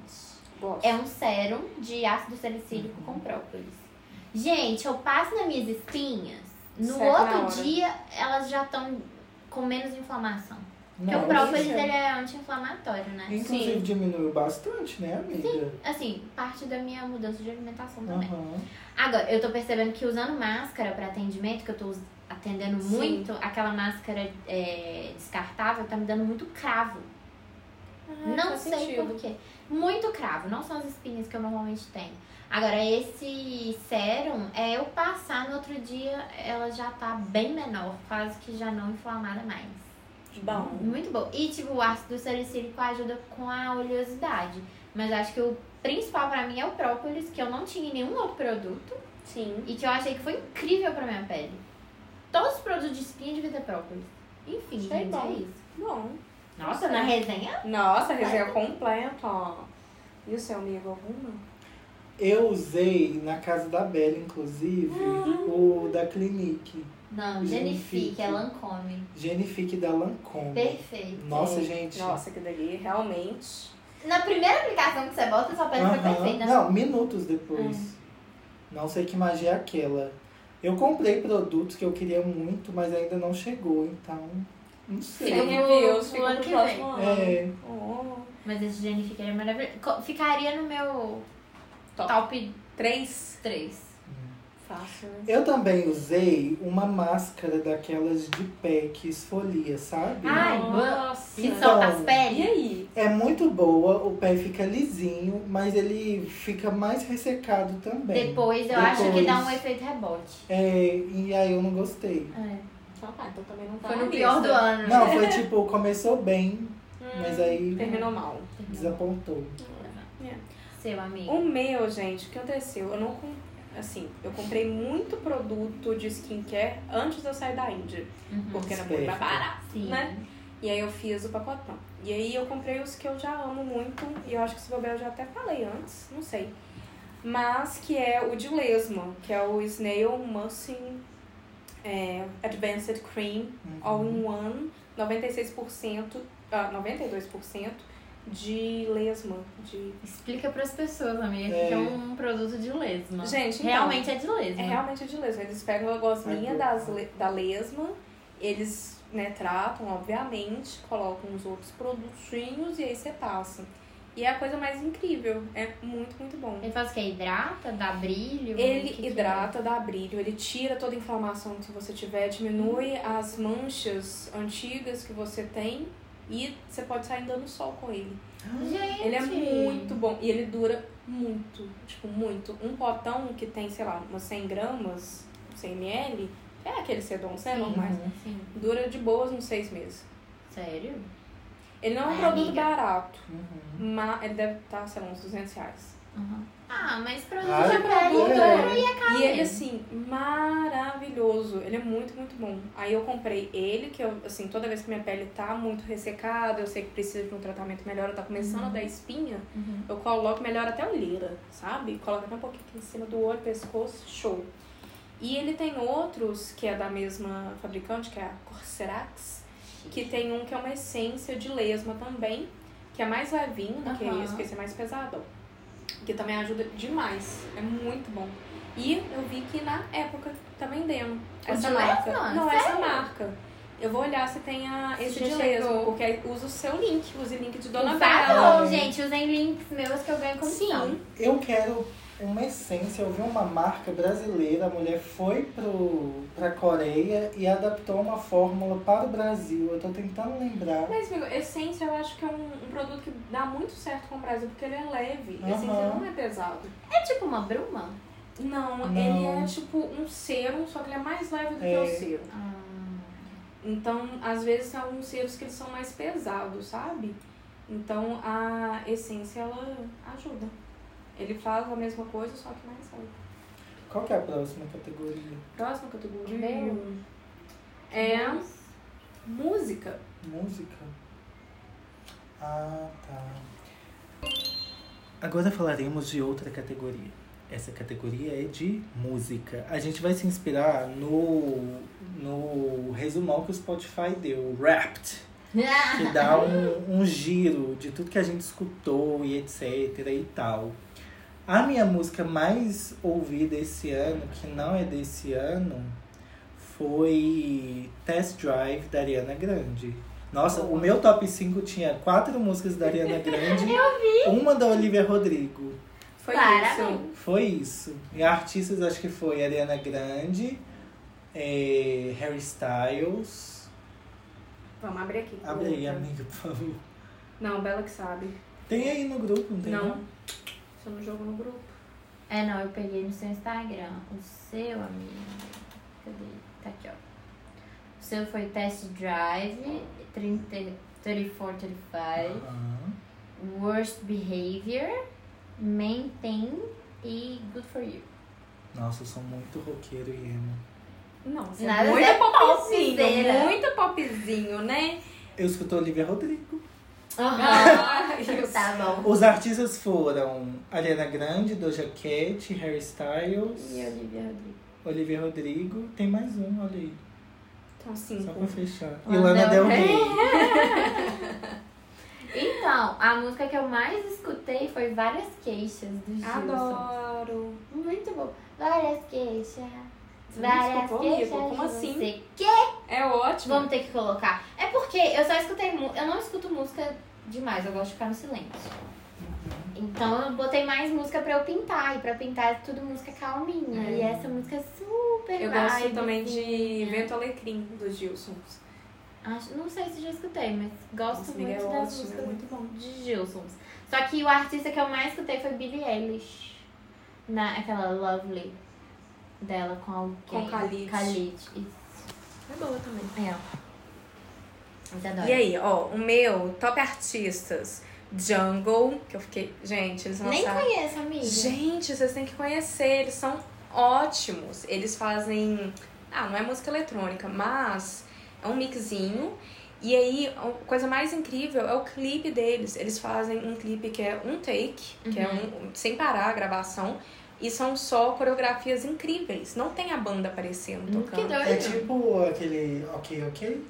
Speaker 3: Gosto.
Speaker 2: É um sérum de ácido salicílico com própolis. Gente, eu passo nas minhas espinhas, no
Speaker 3: Seca na
Speaker 2: outro
Speaker 3: hora.
Speaker 2: dia elas já estão com menos inflamação. Porque
Speaker 1: Não,
Speaker 2: o própolis
Speaker 1: isso é-
Speaker 2: ele é anti-inflamatório, né?
Speaker 1: Inclusive
Speaker 3: Sim.
Speaker 1: diminuiu bastante, né, amiga?
Speaker 2: Assim, parte da minha mudança de alimentação também.
Speaker 1: Aham.
Speaker 2: Agora, eu tô percebendo que usando máscara pra atendimento, que eu tô us- atendendo
Speaker 3: Sim.
Speaker 2: muito, aquela máscara é, descartável tá me dando muito cravo. não
Speaker 3: faz
Speaker 2: sei
Speaker 3: sentido.
Speaker 2: por quê. Muito cravo, não são as espinhas que eu normalmente tenho. Agora, esse sérum, é eu passar no outro dia, ela já tá bem menor, quase que já não inflamada mais.
Speaker 3: Bom.
Speaker 2: Muito bom. E, tipo, o ácido salicílico ajuda com a oleosidade. Mas acho que o principal pra mim é o própolis, que eu não tinha em nenhum outro produto
Speaker 3: Sim.
Speaker 2: e que eu achei que foi incrível pra minha pele. Todos os produtos de espinha devia ter própolis. Enfim,
Speaker 3: Achei
Speaker 2: gente,
Speaker 3: bom. é
Speaker 2: é isso.
Speaker 3: Bom.
Speaker 2: Nossa, na resenha?
Speaker 3: Nossa, a resenha completa. E o seu amigo, alguma?
Speaker 1: Eu usei na casa da Bela, inclusive,
Speaker 2: Ah.
Speaker 1: o da Clinique.
Speaker 2: Não,
Speaker 1: Genifique.
Speaker 2: Genifique, é Lancome.
Speaker 1: Genifique da Lancôme.
Speaker 2: Perfeito.
Speaker 1: Nossa, gente.
Speaker 3: Nossa, que dali realmente.
Speaker 2: Na primeira aplicação que né? você bota, sua pele fica
Speaker 1: Aham.
Speaker 2: perfeita.
Speaker 1: Não, minutos depois.
Speaker 2: Ah.
Speaker 1: Não sei que magia é aquela. Eu comprei produtos que eu queria muito, mas ainda não chegou, então. Não sei.
Speaker 3: Fica
Speaker 2: pro-
Speaker 3: reviews,
Speaker 2: pro
Speaker 3: fica
Speaker 2: ano
Speaker 3: pro
Speaker 2: que
Speaker 3: próximo
Speaker 2: vem.
Speaker 3: ano.
Speaker 1: É,
Speaker 3: Oh,
Speaker 2: Mas esse Genifique é maravilhoso. Co- Ficaria no meu
Speaker 3: Top.
Speaker 2: top,
Speaker 3: três.
Speaker 2: 3.
Speaker 3: Fácil, né?
Speaker 1: eu também usei uma máscara daquelas de pé que esfolia, sabe?
Speaker 2: Ai,
Speaker 3: Nossa.
Speaker 2: Que
Speaker 1: Então,
Speaker 2: são as
Speaker 3: E
Speaker 2: peles.
Speaker 3: aí?
Speaker 1: É muito boa, o pé fica lisinho, mas ele fica mais ressecado também.
Speaker 2: Depois eu acho que
Speaker 1: Depois.
Speaker 2: dá um efeito rebote.
Speaker 1: É, e aí eu não gostei.
Speaker 2: É.
Speaker 3: Então tá, então também não tá
Speaker 2: Foi
Speaker 3: na
Speaker 2: no pior
Speaker 3: lista.
Speaker 2: do ano.
Speaker 1: Não, foi tipo, começou bem,
Speaker 3: Hum,
Speaker 1: mas aí
Speaker 3: Terminou mal.
Speaker 1: desapontou.
Speaker 2: Seu amigo.
Speaker 3: O meu, gente, o que aconteceu? Eu não. com- Assim, eu comprei muito produto de skincare antes de eu sair da Índia,
Speaker 2: Uhum.
Speaker 3: porque era muito mais
Speaker 1: Esperta.
Speaker 3: barato.
Speaker 2: Sim.
Speaker 3: né? E aí eu fiz o pacotão. E aí eu comprei os que eu já amo muito, e eu acho que esse bobear eu já até falei antes, não sei. Mas que é o de lesma, que é o Snail Mushroom é, Advanced Cream All in One, 96%, ah, 92% de lesma, de
Speaker 2: Explica pras pessoas, amiga, que
Speaker 1: É.
Speaker 2: é um produto de lesma.
Speaker 3: Gente, então,
Speaker 2: Realmente é de lesma.
Speaker 3: É realmente de lesma. Eles pegam a gosminha
Speaker 1: Ai,
Speaker 3: das le- da lesma, eles né, tratam, obviamente, colocam os outros produtinhos e aí você passa. E é a coisa mais incrível. É muito, muito bom.
Speaker 2: Ele faz o que? Hidrata? Dá brilho? O
Speaker 3: Ele
Speaker 2: que que é?
Speaker 3: hidrata, dá brilho, ele tira toda a inflamação que você tiver, diminui as manchas antigas que você tem e você pode sair dando sol com ele.
Speaker 2: Gente.
Speaker 3: Ele é muito bom e ele dura muito, tipo, muito. Um potão que tem, sei lá, umas 100 gramas, 100 ml, é aquele sedon, você é
Speaker 1: Uhum,
Speaker 2: Sim,
Speaker 3: normal.
Speaker 2: sim.
Speaker 3: Dura de boas uns seis meses.
Speaker 2: Sério?
Speaker 3: Ele não é um
Speaker 2: Ai,
Speaker 3: produto
Speaker 2: amiga.
Speaker 3: barato,
Speaker 1: Uhum.
Speaker 3: mas ele deve estar, sei lá, uns 200 reais.
Speaker 2: Aham. Ah, mas produto
Speaker 1: Ah,
Speaker 2: de
Speaker 1: é
Speaker 2: pele.
Speaker 1: produto,
Speaker 3: Uhum.
Speaker 1: é.
Speaker 2: dura e acaba.
Speaker 3: E ele, assim, maravilhoso. Ele é muito, muito bom. Aí eu comprei ele, que eu, assim, toda vez que minha pele tá muito ressecada, eu sei que precisa de um tratamento melhor, eu tá começando a dar espinha,
Speaker 2: Uhum.
Speaker 3: Eu coloco melhor até o lira, sabe? Coloca até um pouquinho aqui em cima do olho, pescoço, show. E ele tem outros, que é da mesma fabricante, que é a Corserax, que tem um que é uma essência de lesma também, que é mais levinho do que
Speaker 2: Aham.
Speaker 3: esse, que esse é mais pesado. Que também ajuda demais, é muito bom. E eu vi que na época tá vendendo essa
Speaker 2: de
Speaker 3: marca.
Speaker 2: lesma?
Speaker 3: Não, essa marca. Eu vou olhar se tem a, esse
Speaker 2: Já
Speaker 3: de
Speaker 2: chegou.
Speaker 3: lesma, porque aí usa o seu link, usa o link de Dona
Speaker 2: Por
Speaker 3: Bela.
Speaker 2: favor, Tá gente, usem links meus que eu ganho comissão.
Speaker 3: Sim.
Speaker 1: Eu quero uma essência. Eu vi uma marca brasileira, a mulher foi pro, pra Coreia e adaptou uma fórmula para o Brasil. Eu tô tentando lembrar.
Speaker 3: Mas, amigo, essência eu acho que é um, um produto que dá muito certo com o Brasil, porque ele é leve.
Speaker 1: Aham.
Speaker 3: Essência não é pesado.
Speaker 2: É tipo uma bruma?
Speaker 3: Não,
Speaker 1: Não.
Speaker 3: ele é tipo um serum, só que ele é mais leve do
Speaker 1: É.
Speaker 3: que o serum. Ah, Então, às vezes, tem alguns serums que eles são mais pesados, sabe? Então, a essência, ela ajuda. Ele faz a mesma coisa, só que mais leve.
Speaker 1: Qual que é a próxima categoria?
Speaker 3: Próxima categoria
Speaker 2: Meu. Ah.
Speaker 3: é música.
Speaker 1: Música? Ah, tá. Agora falaremos de outra categoria. Essa categoria é de música. A gente vai se inspirar no, no resumão que o Spotify deu, o Wrapped, que dá um, um giro de tudo que a gente escutou e etc e tal. A minha música mais ouvida esse ano, que não é desse ano, foi Test Drive da Ariana Grande. Nossa, o meu top 5 tinha quatro músicas da Ariana Grande, uma da Olivia Rodrigo.
Speaker 3: Foi
Speaker 2: Parabéns.
Speaker 3: isso.
Speaker 1: Foi isso. E artistas acho que foi Ariana Grande, eh, Harry Styles.
Speaker 3: Vamos abrir aqui.
Speaker 1: Abre aí, amiga, por favor.
Speaker 3: Não, Bela que sabe.
Speaker 1: Tem aí no grupo, não tem?
Speaker 3: Não. Você não jogou no grupo.
Speaker 2: É, não, eu peguei no seu Instagram. O seu, amigo. Cadê? Tá aqui, ó. O seu foi Test Drive 30, 34, 35.
Speaker 1: Aham.
Speaker 2: Worst Behavior. Maintain. E Good For You.
Speaker 1: Nossa, eu sou muito roqueiro e emo.
Speaker 3: Não, você
Speaker 2: Nada
Speaker 3: é muito
Speaker 2: é
Speaker 3: popzinho.
Speaker 2: piseira.
Speaker 3: Muito popzinho, né?
Speaker 1: Eu escuto Olivia Rodrigo.
Speaker 3: Isso.
Speaker 2: tá bom.
Speaker 1: Os artistas foram Ariana Grande, Doja Cat, Harry Styles,
Speaker 2: E Olivia Rodrigo.
Speaker 1: Olivia Rodrigo. Tem mais um, olha aí.
Speaker 3: Então,
Speaker 1: Só
Speaker 3: cinco.
Speaker 1: pra fechar.
Speaker 3: Ah,
Speaker 2: Lana
Speaker 1: E Lana Del
Speaker 2: Del
Speaker 3: é.
Speaker 1: Rey.
Speaker 2: Então, a música que eu mais escutei foi Várias Queixas do Gilson.
Speaker 3: Adoro.
Speaker 2: Muito bom. Várias queixas.
Speaker 3: Você não
Speaker 2: Várias
Speaker 3: escutou,
Speaker 2: queixas.
Speaker 3: amigo? Como
Speaker 2: não
Speaker 3: assim?
Speaker 2: sei o quê.
Speaker 3: É ótimo.
Speaker 2: Vamos ter que colocar. É porque eu só escutei. mu- Eu não escuto música demais, eu gosto de ficar no silêncio. Então eu botei mais música pra eu pintar. E pra pintar é tudo música calminha. E essa música é super
Speaker 3: Eu gosto
Speaker 2: vibe,
Speaker 3: também
Speaker 2: assim.
Speaker 3: de Vento Alecrim, dos Gilsons.
Speaker 2: Acho- não sei se já escutei, mas gosto
Speaker 3: Nossa,
Speaker 2: muito
Speaker 3: amiga, é
Speaker 2: das
Speaker 3: ótimo,
Speaker 2: músicas
Speaker 3: é muito bom.
Speaker 2: de Gilsons. Só que o artista que eu mais escutei foi Billie Eilish. Na, aquela Lovely dela com alguém.
Speaker 3: Com Khalid.
Speaker 2: Khalid, isso.
Speaker 3: É boa também.
Speaker 2: É. Mas adoro.
Speaker 3: E aí, ó, o meu, top artistas. Jungle, que eu fiquei. Gente, eles
Speaker 2: Nem
Speaker 3: lançaram.
Speaker 2: conheço, amiga.
Speaker 3: Gente, vocês têm que conhecer, eles são ótimos. Eles fazem. Ah, não é música eletrônica, mas é um mixinho. E aí, a coisa mais incrível é o clipe deles. Eles fazem um clipe que é um take, que é
Speaker 2: Uhum.
Speaker 3: um, sem parar a gravação, e são só coreografias incríveis. Não tem a banda aparecendo
Speaker 2: Hum,
Speaker 3: tocando.
Speaker 2: que doido.
Speaker 1: É tipo aquele ok, ok?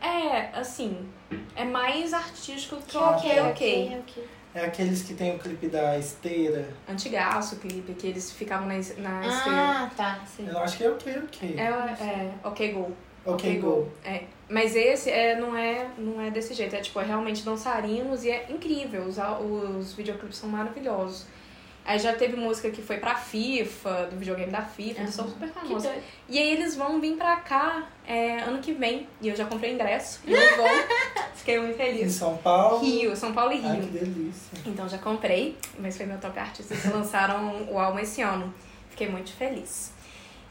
Speaker 3: É, assim, é mais artístico que o
Speaker 2: Ok,
Speaker 3: ok, ok.
Speaker 2: ok, ok.
Speaker 1: É aqueles que tem o clipe da esteira.
Speaker 3: Antigaço o clipe, que eles ficavam na, es- na esteira.
Speaker 2: Ah, tá. Sim.
Speaker 1: Eu acho que é ok, ok.
Speaker 3: É, é, ok, go.
Speaker 1: ok, go.
Speaker 3: É. Mas esse é, não, é, não é desse jeito, é tipo, é realmente dançarinos e é incrível. Os, a- os videoclipes são maravilhosos. Aí já teve música que foi pra FIFA, do videogame da FIFA, eles são super
Speaker 2: Que
Speaker 3: famosos.
Speaker 2: doido.
Speaker 3: E aí eles vão vir pra cá é, ano que vem. E eu já comprei ingresso, e eu vou. Fiquei muito
Speaker 1: Em
Speaker 3: feliz.
Speaker 1: São Paulo.
Speaker 3: Rio, São Paulo e
Speaker 1: Ai, que
Speaker 3: Rio.
Speaker 1: delícia.
Speaker 3: Então já comprei, mas foi meu top artista. Eles lançaram o álbum esse ano. Fiquei muito feliz.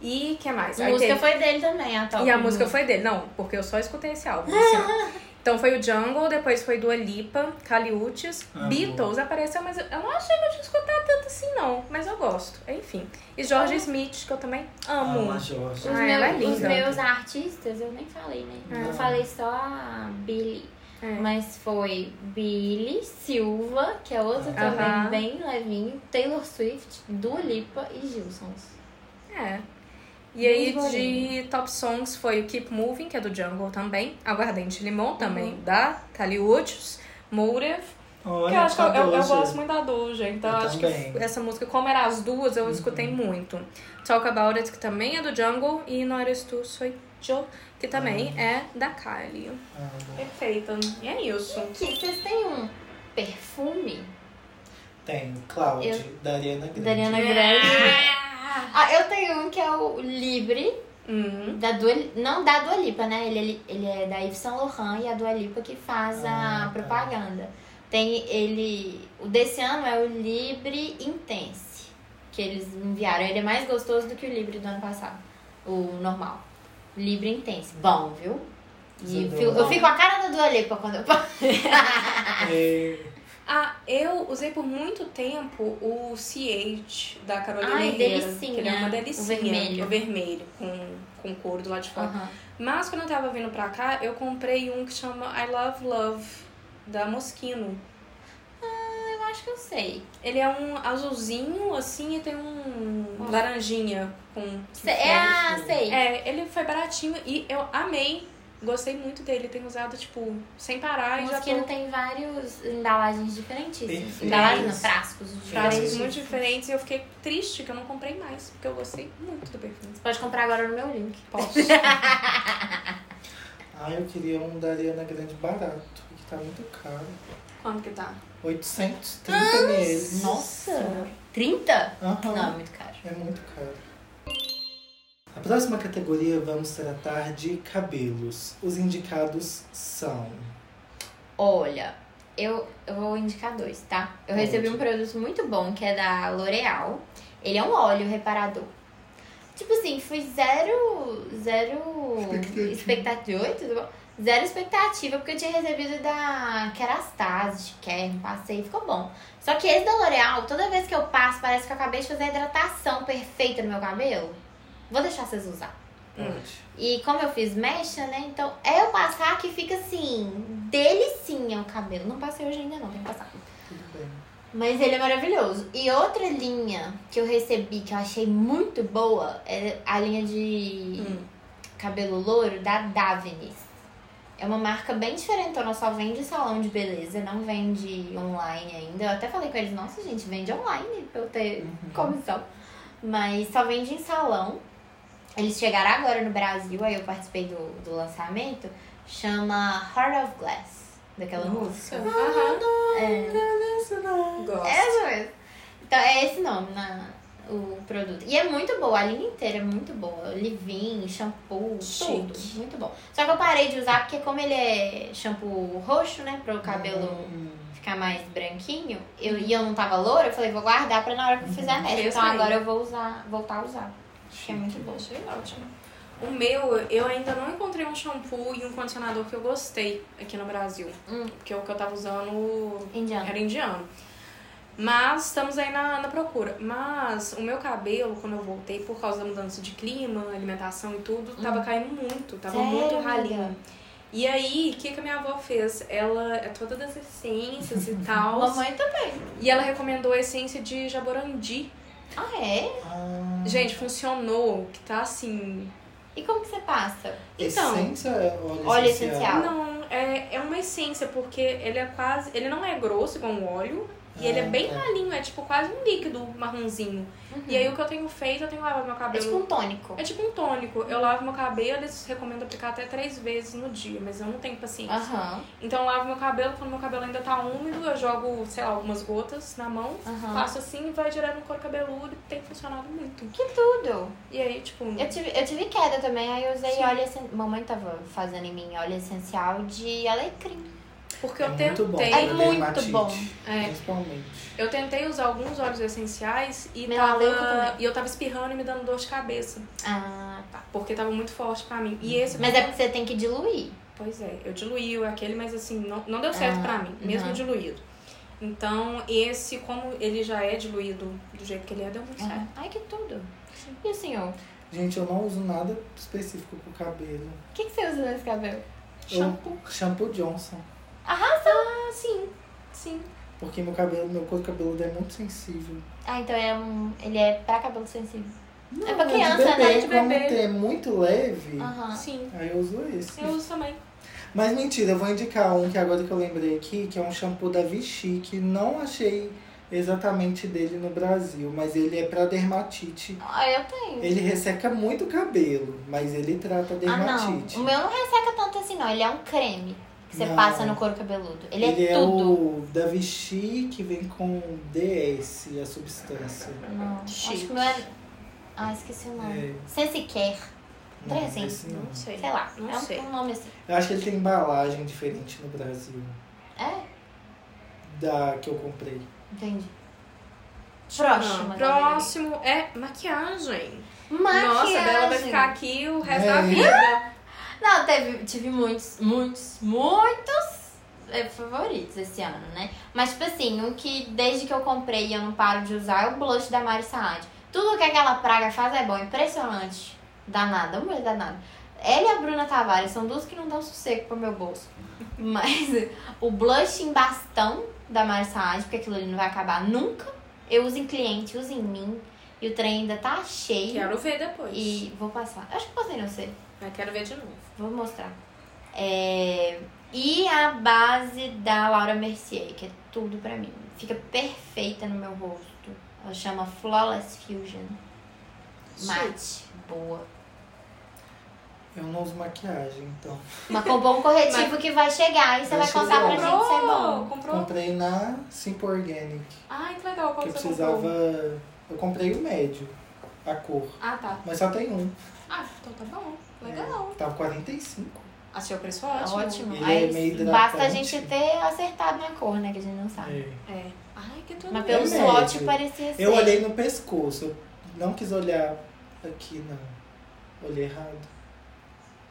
Speaker 3: E o que mais?
Speaker 2: A
Speaker 3: Aí
Speaker 2: música
Speaker 3: teve-
Speaker 2: foi dele também, a top.
Speaker 3: e a música foi dele. Não, porque eu só escutei esse álbum. esse ano. Então foi o Jungle, depois foi Dua Lipa, Caliutes,
Speaker 1: Amor.
Speaker 3: Beatles apareceu, mas eu eu não achei que eu tinha escutado tanto assim, não. Mas eu gosto, enfim. E George Smith, que eu também amo.
Speaker 1: Ama, Jorge.
Speaker 2: Os,
Speaker 3: Ah, ela é
Speaker 2: meus, os
Speaker 3: linda.
Speaker 2: meus artistas, eu nem falei, né?
Speaker 1: Ah.
Speaker 2: Eu falei só a Billy.
Speaker 3: É.
Speaker 2: Mas foi Billy, Silva, que é outro
Speaker 1: Aham.
Speaker 2: também bem levinho, Taylor Swift, Dua Lipa e Gilsons.
Speaker 3: É. E aí
Speaker 2: Muito
Speaker 3: de top songs foi o Keep Moving, que é do Jungle também. Aguardente de Limão também, da Caliutes, Motive.
Speaker 1: Olha,
Speaker 3: Porque eu acho que eu, eu- eu
Speaker 1: Doja.
Speaker 3: gosto muito da Doja, então
Speaker 1: Eu
Speaker 3: eu acho
Speaker 1: também. Uhum.
Speaker 3: que essa música, como era as duas, eu escutei muito. Talk About It, que também é do Jungle, e Not Eres Tu, Soy Joe, que também é da Kylie.
Speaker 1: Ah,
Speaker 3: Perfeita. E é isso.
Speaker 2: Que vocês têm um perfume
Speaker 1: Tem Cloud,
Speaker 2: Eu-
Speaker 1: da Ariana Grande.
Speaker 2: da Ariana Grande? Ah, eu tenho um que é o Libre,
Speaker 3: Hum.
Speaker 2: da Dua, não da Dua Lipa, né? Ele, ele, ele é da Yves Saint Laurent e a Dua Lipa que faz
Speaker 1: Ah,
Speaker 2: a
Speaker 1: tá.
Speaker 2: propaganda. Tem ele. O desse ano é o Libre Intense, que eles enviaram. Ele é mais gostoso do que o Libre do ano passado, o normal. Libre Intense. Bom, viu? E
Speaker 1: Você
Speaker 2: eu fico,
Speaker 1: deu
Speaker 2: eu fico a cara da Dua Lipa quando eu passo.
Speaker 1: É,
Speaker 3: Ah, eu usei por muito tempo o CH da Carolina
Speaker 2: Ai,
Speaker 3: Herrera.
Speaker 2: delicinha.
Speaker 3: Que ele é uma
Speaker 2: O
Speaker 3: delicinha.
Speaker 2: vermelho.
Speaker 3: O vermelho, com, com couro do lado de fora. Mas quando eu tava vindo pra cá, eu comprei um que chama I Love Love, da Moschino.
Speaker 2: Eu acho que eu sei.
Speaker 3: Ele é um azulzinho, assim, e tem um
Speaker 2: Nossa.
Speaker 3: laranjinha com...
Speaker 2: Cê- é, ah,
Speaker 1: fofo.
Speaker 2: sei.
Speaker 3: É, ele foi baratinho e eu amei. Gostei muito dele. Tenho usado, tipo, sem parar e já
Speaker 2: Mosquito
Speaker 3: tô...
Speaker 2: tem vários embalagens diferentíssimas.
Speaker 1: Perfeito.
Speaker 2: Embalagens, não, frascos.
Speaker 3: Frascos
Speaker 2: diferentes.
Speaker 3: muito diferentes e eu fiquei triste que eu não comprei mais, porque eu gostei muito do perfume.
Speaker 2: Você pode comprar agora no meu link.
Speaker 3: Posso.
Speaker 1: Ah, eu queria um da Ariana Grande barato, que tá muito caro.
Speaker 3: Quanto que tá?
Speaker 1: 830 ml.
Speaker 2: Ah, Nossa! 30?
Speaker 1: Aham.
Speaker 2: Não, é muito caro.
Speaker 1: É muito caro. A próxima categoria vamos tratar de cabelos. Os indicados são.
Speaker 2: Olha, eu, eu vou indicar dois, tá? Eu
Speaker 1: Pode.
Speaker 2: recebi um produto muito bom que é da L'Oreal. Ele é um óleo reparador. Tipo assim, fui zero. Zero.
Speaker 1: Expectativa.
Speaker 2: Expectativa. Oi, tudo bom? Zero expectativa, porque eu tinha recebido da Kerastase, de Kern, passei, ficou bom. Só que esse da L'Oreal, toda vez que eu passo, parece que eu acabei de fazer a hidratação perfeita no meu cabelo. Vou deixar vocês usar.
Speaker 1: Pode.
Speaker 2: E como eu fiz mecha, né? Então é eu passar que fica assim, delicinha o cabelo. Não passei hoje ainda, não, tem que passar.
Speaker 1: Tudo bem.
Speaker 2: Mas ele é maravilhoso. E outra linha que eu recebi que eu achei muito boa é a linha de
Speaker 3: Hum.
Speaker 2: cabelo louro da Davinis. É uma marca bem diferentona, só vende salão de beleza, não vende online ainda. Eu até falei com eles, nossa gente, vende online pra eu ter comissão. Mas só vende em salão. Eles chegaram agora no Brasil, aí eu participei do, do lançamento. Chama Heart of Glass, daquela música.
Speaker 3: Aham. Gosto.
Speaker 2: É, Joyce. Então é esse nome na, o produto. E é muito boa, a linha inteira é muito boa. Livinho, shampoo, tudo.
Speaker 3: Chique.
Speaker 2: Muito bom. Só que eu parei de usar porque como ele é shampoo roxo, né? Pra o cabelo
Speaker 1: Hum,
Speaker 3: Uhum.
Speaker 2: ficar mais branquinho, eu, e eu não tava loura, eu falei, vou guardar pra na hora que eu fizer a mecha.
Speaker 3: Uhum. Eu
Speaker 2: Então
Speaker 3: sei.
Speaker 2: agora eu vou usar, voltar a usar. Que é muito bom.
Speaker 3: Achei ótimo. O meu, eu ainda não encontrei um shampoo e um condicionador que eu gostei aqui no Brasil.
Speaker 2: Hum.
Speaker 3: Porque é o que eu tava usando
Speaker 2: Indiana.
Speaker 3: era indiano. Mas estamos aí na, na procura. Mas o meu cabelo, quando eu voltei, por causa da mudança de clima, alimentação e tudo, tava caindo muito. Tava
Speaker 2: Hum. Sério,
Speaker 3: muito
Speaker 2: amiga?
Speaker 3: ralinho. E aí, o que, que a minha avó fez? Ela é toda das essências e tal.
Speaker 2: Mamãe também.
Speaker 3: E ela recomendou a essência de jaborandi.
Speaker 2: Ah, é?
Speaker 1: Ah,
Speaker 3: Gente, funcionou. Que tá assim,
Speaker 2: E como que você passa?
Speaker 3: então-
Speaker 1: essência, é óleo,
Speaker 2: Óleo essencial.
Speaker 1: essencial.
Speaker 3: Não, é, é uma essência, porque ele é quase. Ele não é grosso igual um óleo. E ele é
Speaker 1: Ah,
Speaker 3: bem
Speaker 1: tá.
Speaker 3: ralinho, é tipo quase um líquido marronzinho. E aí o que eu tenho feito, eu tenho lavado meu
Speaker 2: É tipo
Speaker 3: cabelo.
Speaker 2: um tônico.
Speaker 3: É tipo um tônico. Eu lavo meu cabelo, eles recomendam aplicar até três vezes no dia, mas é eu não tenho paciência.
Speaker 2: Aham.
Speaker 3: Então eu lavo meu cabelo, quando meu cabelo ainda tá úmido, eu jogo, sei lá, algumas gotas na mão,
Speaker 2: Aham.
Speaker 3: faço assim e vai direto no couro cabeludo e tem funcionado muito.
Speaker 2: Que tudo.
Speaker 3: E aí, tipo,
Speaker 2: Eu tive, eu tive queda também, aí eu usei
Speaker 3: Sim.
Speaker 2: óleo essencial. Mamãe tava fazendo em mim óleo essencial de alecrim.
Speaker 3: porque
Speaker 1: É
Speaker 3: eu
Speaker 1: muito bom.
Speaker 3: tentei.
Speaker 1: pra
Speaker 2: É muito
Speaker 1: dermatite,
Speaker 2: bom.
Speaker 3: É.
Speaker 1: Principalmente.
Speaker 3: Eu tentei usar alguns óleos essenciais e,
Speaker 2: Melaleuca
Speaker 3: tava,
Speaker 2: também.
Speaker 3: e eu tava espirrando e me dando dor de cabeça.
Speaker 2: Ah, tá.
Speaker 3: Porque tava muito forte pra mim. E esse.
Speaker 2: Mas é porque você tem que diluir.
Speaker 3: Pois é, eu diluí o aquele, mas assim, não, não deu certo
Speaker 2: Ah,
Speaker 3: pra mim, mesmo
Speaker 2: uhum.
Speaker 3: diluído. Então, esse, como ele já é diluído do jeito que ele é, deu muito certo.
Speaker 2: Ai, que tudo. E o senhor?
Speaker 1: Gente, eu não uso nada específico pro cabelo.
Speaker 2: O que, que você usa nesse cabelo?
Speaker 3: Shampoo.
Speaker 1: Eu, shampoo Johnson.
Speaker 3: Ah, sim, sim.
Speaker 1: Porque meu cabelo, meu couro cabeludo é muito sensível.
Speaker 2: Ah, então é um. Ele é pra cabelo sensível.
Speaker 1: Não,
Speaker 2: É
Speaker 1: é
Speaker 2: pra criança,
Speaker 1: de bebê,
Speaker 2: né?
Speaker 3: De
Speaker 1: como
Speaker 3: bebê.
Speaker 1: tem- é muito leve,
Speaker 2: Aham.
Speaker 3: Sim.
Speaker 1: aí eu uso esse.
Speaker 3: Eu uso também.
Speaker 1: Mas mentira, eu vou indicar um que agora que eu lembrei aqui, que é um shampoo da Vichy, que não achei exatamente dele no Brasil, mas ele é pra dermatite.
Speaker 2: Ah, eu tenho.
Speaker 1: Ele resseca muito o cabelo, mas ele trata a
Speaker 3: é
Speaker 2: Ah, não.
Speaker 1: dermatite.
Speaker 2: O meu não resseca tanto assim, não. Ele é um creme que você
Speaker 1: Não.
Speaker 2: passa no couro cabeludo. Ele,
Speaker 1: Ele
Speaker 2: é
Speaker 1: é
Speaker 2: tudo.
Speaker 1: o da Vichy que vem com DS, a substância.
Speaker 2: Não, acho
Speaker 3: Chique.
Speaker 2: que o meu é. Ah, esqueci o nome.
Speaker 1: É.
Speaker 2: Você se quer.
Speaker 1: Não,
Speaker 2: Três, hein?
Speaker 1: esse não.
Speaker 3: Não sei.
Speaker 2: Sei lá.
Speaker 3: Não
Speaker 2: é um-
Speaker 3: sei.
Speaker 2: um nome assim.
Speaker 1: Eu acho que ele tem embalagem diferente no Brasil
Speaker 2: É?
Speaker 1: da que eu comprei.
Speaker 2: Entendi.
Speaker 3: Não,
Speaker 2: Próximo.
Speaker 3: próximo é maquiagem.
Speaker 2: Maquiagem.
Speaker 3: Nossa, a Bela vai ficar aqui o resto
Speaker 1: É.
Speaker 3: da vida.
Speaker 2: Não, teve, tive muitos, muitos, muitos é, favoritos esse ano, né? Mas, tipo assim, o que desde que eu comprei e eu não paro de usar é o blush da Mari Saad. Tudo que aquela praga faz é bom, impressionante. Danada, uma mulher danada. Ela e a Bruna Tavares são duas que não dão sossego pro meu bolso. Mas o blush em bastão da Mari Saad, porque aquilo ali não vai acabar nunca. Eu uso em cliente, uso em mim. E o trem ainda tá cheio.
Speaker 3: Quero ver depois.
Speaker 2: E vou passar. Acho que passei, não sei.
Speaker 3: Mas quero ver de novo.
Speaker 2: Vou mostrar. É, E a base da Laura Mercier, que é tudo pra mim. Fica perfeita no meu rosto. Ela chama Flawless Fusion. Mate. Boa.
Speaker 1: Eu não uso maquiagem, então.
Speaker 2: Mas com bom corretivo que vai chegar. E você vai
Speaker 1: Deixa eu
Speaker 2: contar pra
Speaker 1: ver.
Speaker 2: gente se é bom.
Speaker 3: Comprou?
Speaker 1: Comprei na Simple Organic.
Speaker 3: Ai, que legal. Qual
Speaker 1: Que
Speaker 3: que
Speaker 1: eu
Speaker 3: você
Speaker 1: precisava.
Speaker 3: comprou?
Speaker 1: Eu comprei o médio, a cor.
Speaker 3: Ah, tá.
Speaker 1: Mas só tem um.
Speaker 3: Ah, então tá bom. Legal.
Speaker 1: Tava 45.
Speaker 3: Achei o preço
Speaker 2: É. Tá
Speaker 3: ótimo.
Speaker 2: Ótimo.
Speaker 1: Ele é meio
Speaker 2: Aí
Speaker 1: hidratante.
Speaker 2: basta a gente ter acertado na cor, né? Que a gente não sabe.
Speaker 1: É.
Speaker 3: É. Ai, que tudo
Speaker 2: Mas
Speaker 1: É
Speaker 2: pelo
Speaker 1: médio.
Speaker 2: swatch parecia ser.
Speaker 1: Eu olhei no pescoço. Eu não quis olhar aqui, não. Olhei errado.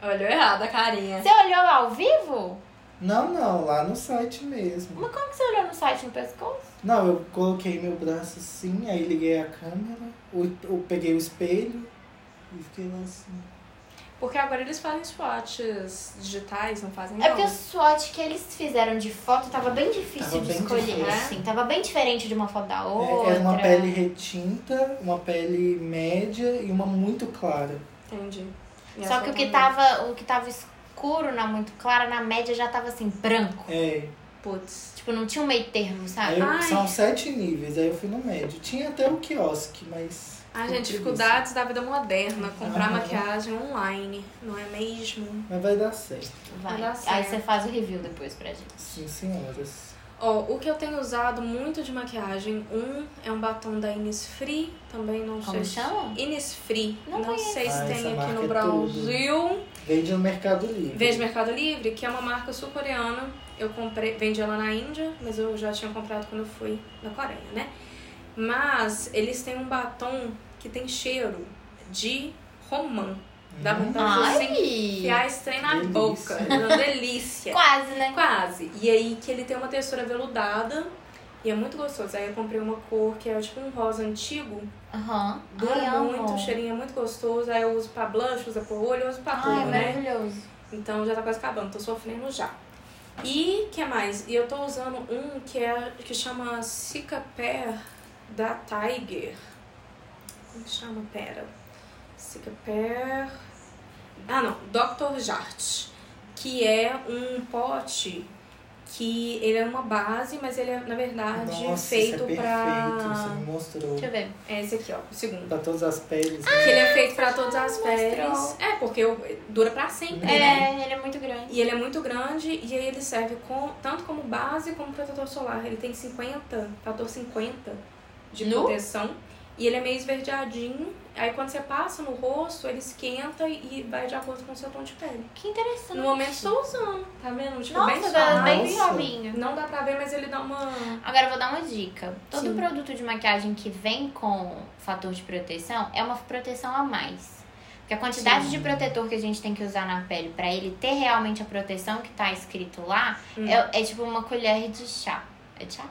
Speaker 3: Olhou errado a carinha.
Speaker 2: Você olhou ao vivo?
Speaker 1: Não, não, lá no site mesmo.
Speaker 2: Mas como que você olhou no site no pescoço?
Speaker 1: Não, eu coloquei meu braço assim, aí liguei a câmera, eu, eu peguei o espelho e fiquei lá assim.
Speaker 3: Porque agora eles fazem swatches digitais, não fazem né?
Speaker 2: É
Speaker 3: não.
Speaker 2: porque o SWOT que eles fizeram de foto tava bem difícil
Speaker 1: Tava
Speaker 2: de
Speaker 1: bem
Speaker 2: escolher,
Speaker 1: difícil.
Speaker 2: assim. Tava bem diferente de uma foto da outra.
Speaker 1: É, é uma pele retinta, uma pele média e uma muito clara.
Speaker 3: Entendi. E
Speaker 2: Só
Speaker 3: essa
Speaker 2: que o
Speaker 3: também.
Speaker 2: que tava, o que tava escuro na muito clara, na média já tava assim, branco.
Speaker 1: É,
Speaker 2: Putz, tipo, não tinha um meio termo, sabe?
Speaker 1: aí eu-
Speaker 3: Ah, Ai.
Speaker 1: são sete níveis, aí eu fui no médio. Tinha até o quiosque, mas.
Speaker 3: Ah, gente,
Speaker 1: preguiça.
Speaker 3: dificuldades da vida moderna. Comprar
Speaker 1: Aham.
Speaker 3: maquiagem online, não é mesmo?
Speaker 1: Mas vai dar certo.
Speaker 2: Vai.
Speaker 3: Dá
Speaker 2: Aí
Speaker 3: certo.
Speaker 2: você faz o review depois pra gente.
Speaker 1: Sim, senhoras.
Speaker 3: Ó, o que eu tenho usado muito de maquiagem, um é um batom da Innisfree, também não
Speaker 2: Como
Speaker 3: sei se-
Speaker 2: chama?
Speaker 3: Innisfree.
Speaker 2: Não
Speaker 3: Não,
Speaker 2: conheço.
Speaker 3: sei se
Speaker 1: Ah, essa
Speaker 3: tem aqui
Speaker 1: marca é
Speaker 3: no
Speaker 1: tudo.
Speaker 3: Brasil.
Speaker 1: Vende no Mercado Livre.
Speaker 3: Vende Mercado Livre, que é uma marca sul-coreana. Eu comprei, vendi ela na Índia, mas eu já tinha comprado quando eu fui na Coreia, né? Mas eles têm um batom que tem cheiro de romã. Dá
Speaker 1: Hum.
Speaker 3: vontade de você
Speaker 2: Ai!
Speaker 3: enfiar esse trem na
Speaker 1: Delícia.
Speaker 3: boca. É uma delícia. É
Speaker 2: Quase, né?
Speaker 3: Quase. E aí que ele tem uma textura veludada e é muito gostoso. Aí eu comprei uma cor que é tipo um rosa antigo.
Speaker 2: Aham.
Speaker 3: Dura
Speaker 2: Ai, amo.
Speaker 3: muito, o cheirinho é muito gostoso. Aí eu uso pra blush, uso pra olho, eu uso pra tudo,
Speaker 2: Ai,
Speaker 3: né?
Speaker 2: maravilhoso.
Speaker 3: Então já tá quase acabando, tô sofrendo já. E que mais? E eu tô usando um que é que chama Cica Pair da Tiger. Como que chama? Pera. Cica Pair. Ah não, Dr. Jart. Que é um pote que ele é uma base, mas ele é, na verdade,
Speaker 1: Nossa,
Speaker 3: feito
Speaker 1: isso é perfeito, você
Speaker 3: pra.
Speaker 1: me mostrou.
Speaker 2: Deixa eu ver.
Speaker 3: É esse aqui, ó, o segundo.
Speaker 1: Pra todas as peles.
Speaker 3: Que ele é feito pra todas as
Speaker 2: mostrou.
Speaker 3: peles. É, porque dura pra sempre, né?
Speaker 2: É, ele é muito grande.
Speaker 3: E ele é muito grande e aí ele serve com, tanto como base como protetor solar. Ele tem 50, fator 50 de
Speaker 2: Nu?
Speaker 3: proteção. E ele é meio esverdeadinho. Aí quando você passa no rosto, ele esquenta e vai de acordo com o seu tom de pele.
Speaker 2: Tá Que interessante.
Speaker 3: No momento estou usando, tá vendo? Tipo, bem
Speaker 2: Nossa, tá
Speaker 3: suave.
Speaker 2: bem
Speaker 1: Nossa.
Speaker 2: suavinho.
Speaker 3: Não dá pra ver, mas ele dá uma.
Speaker 2: Agora eu vou dar uma dica. Todo
Speaker 3: Sim.
Speaker 2: produto de maquiagem que vem com fator de proteção é uma proteção a mais. Porque a quantidade
Speaker 1: Sim.
Speaker 2: de protetor que a gente tem que usar na pele pra ele ter realmente a proteção que tá escrito lá
Speaker 3: Hum.
Speaker 2: é, é tipo uma colher de chá. É chá?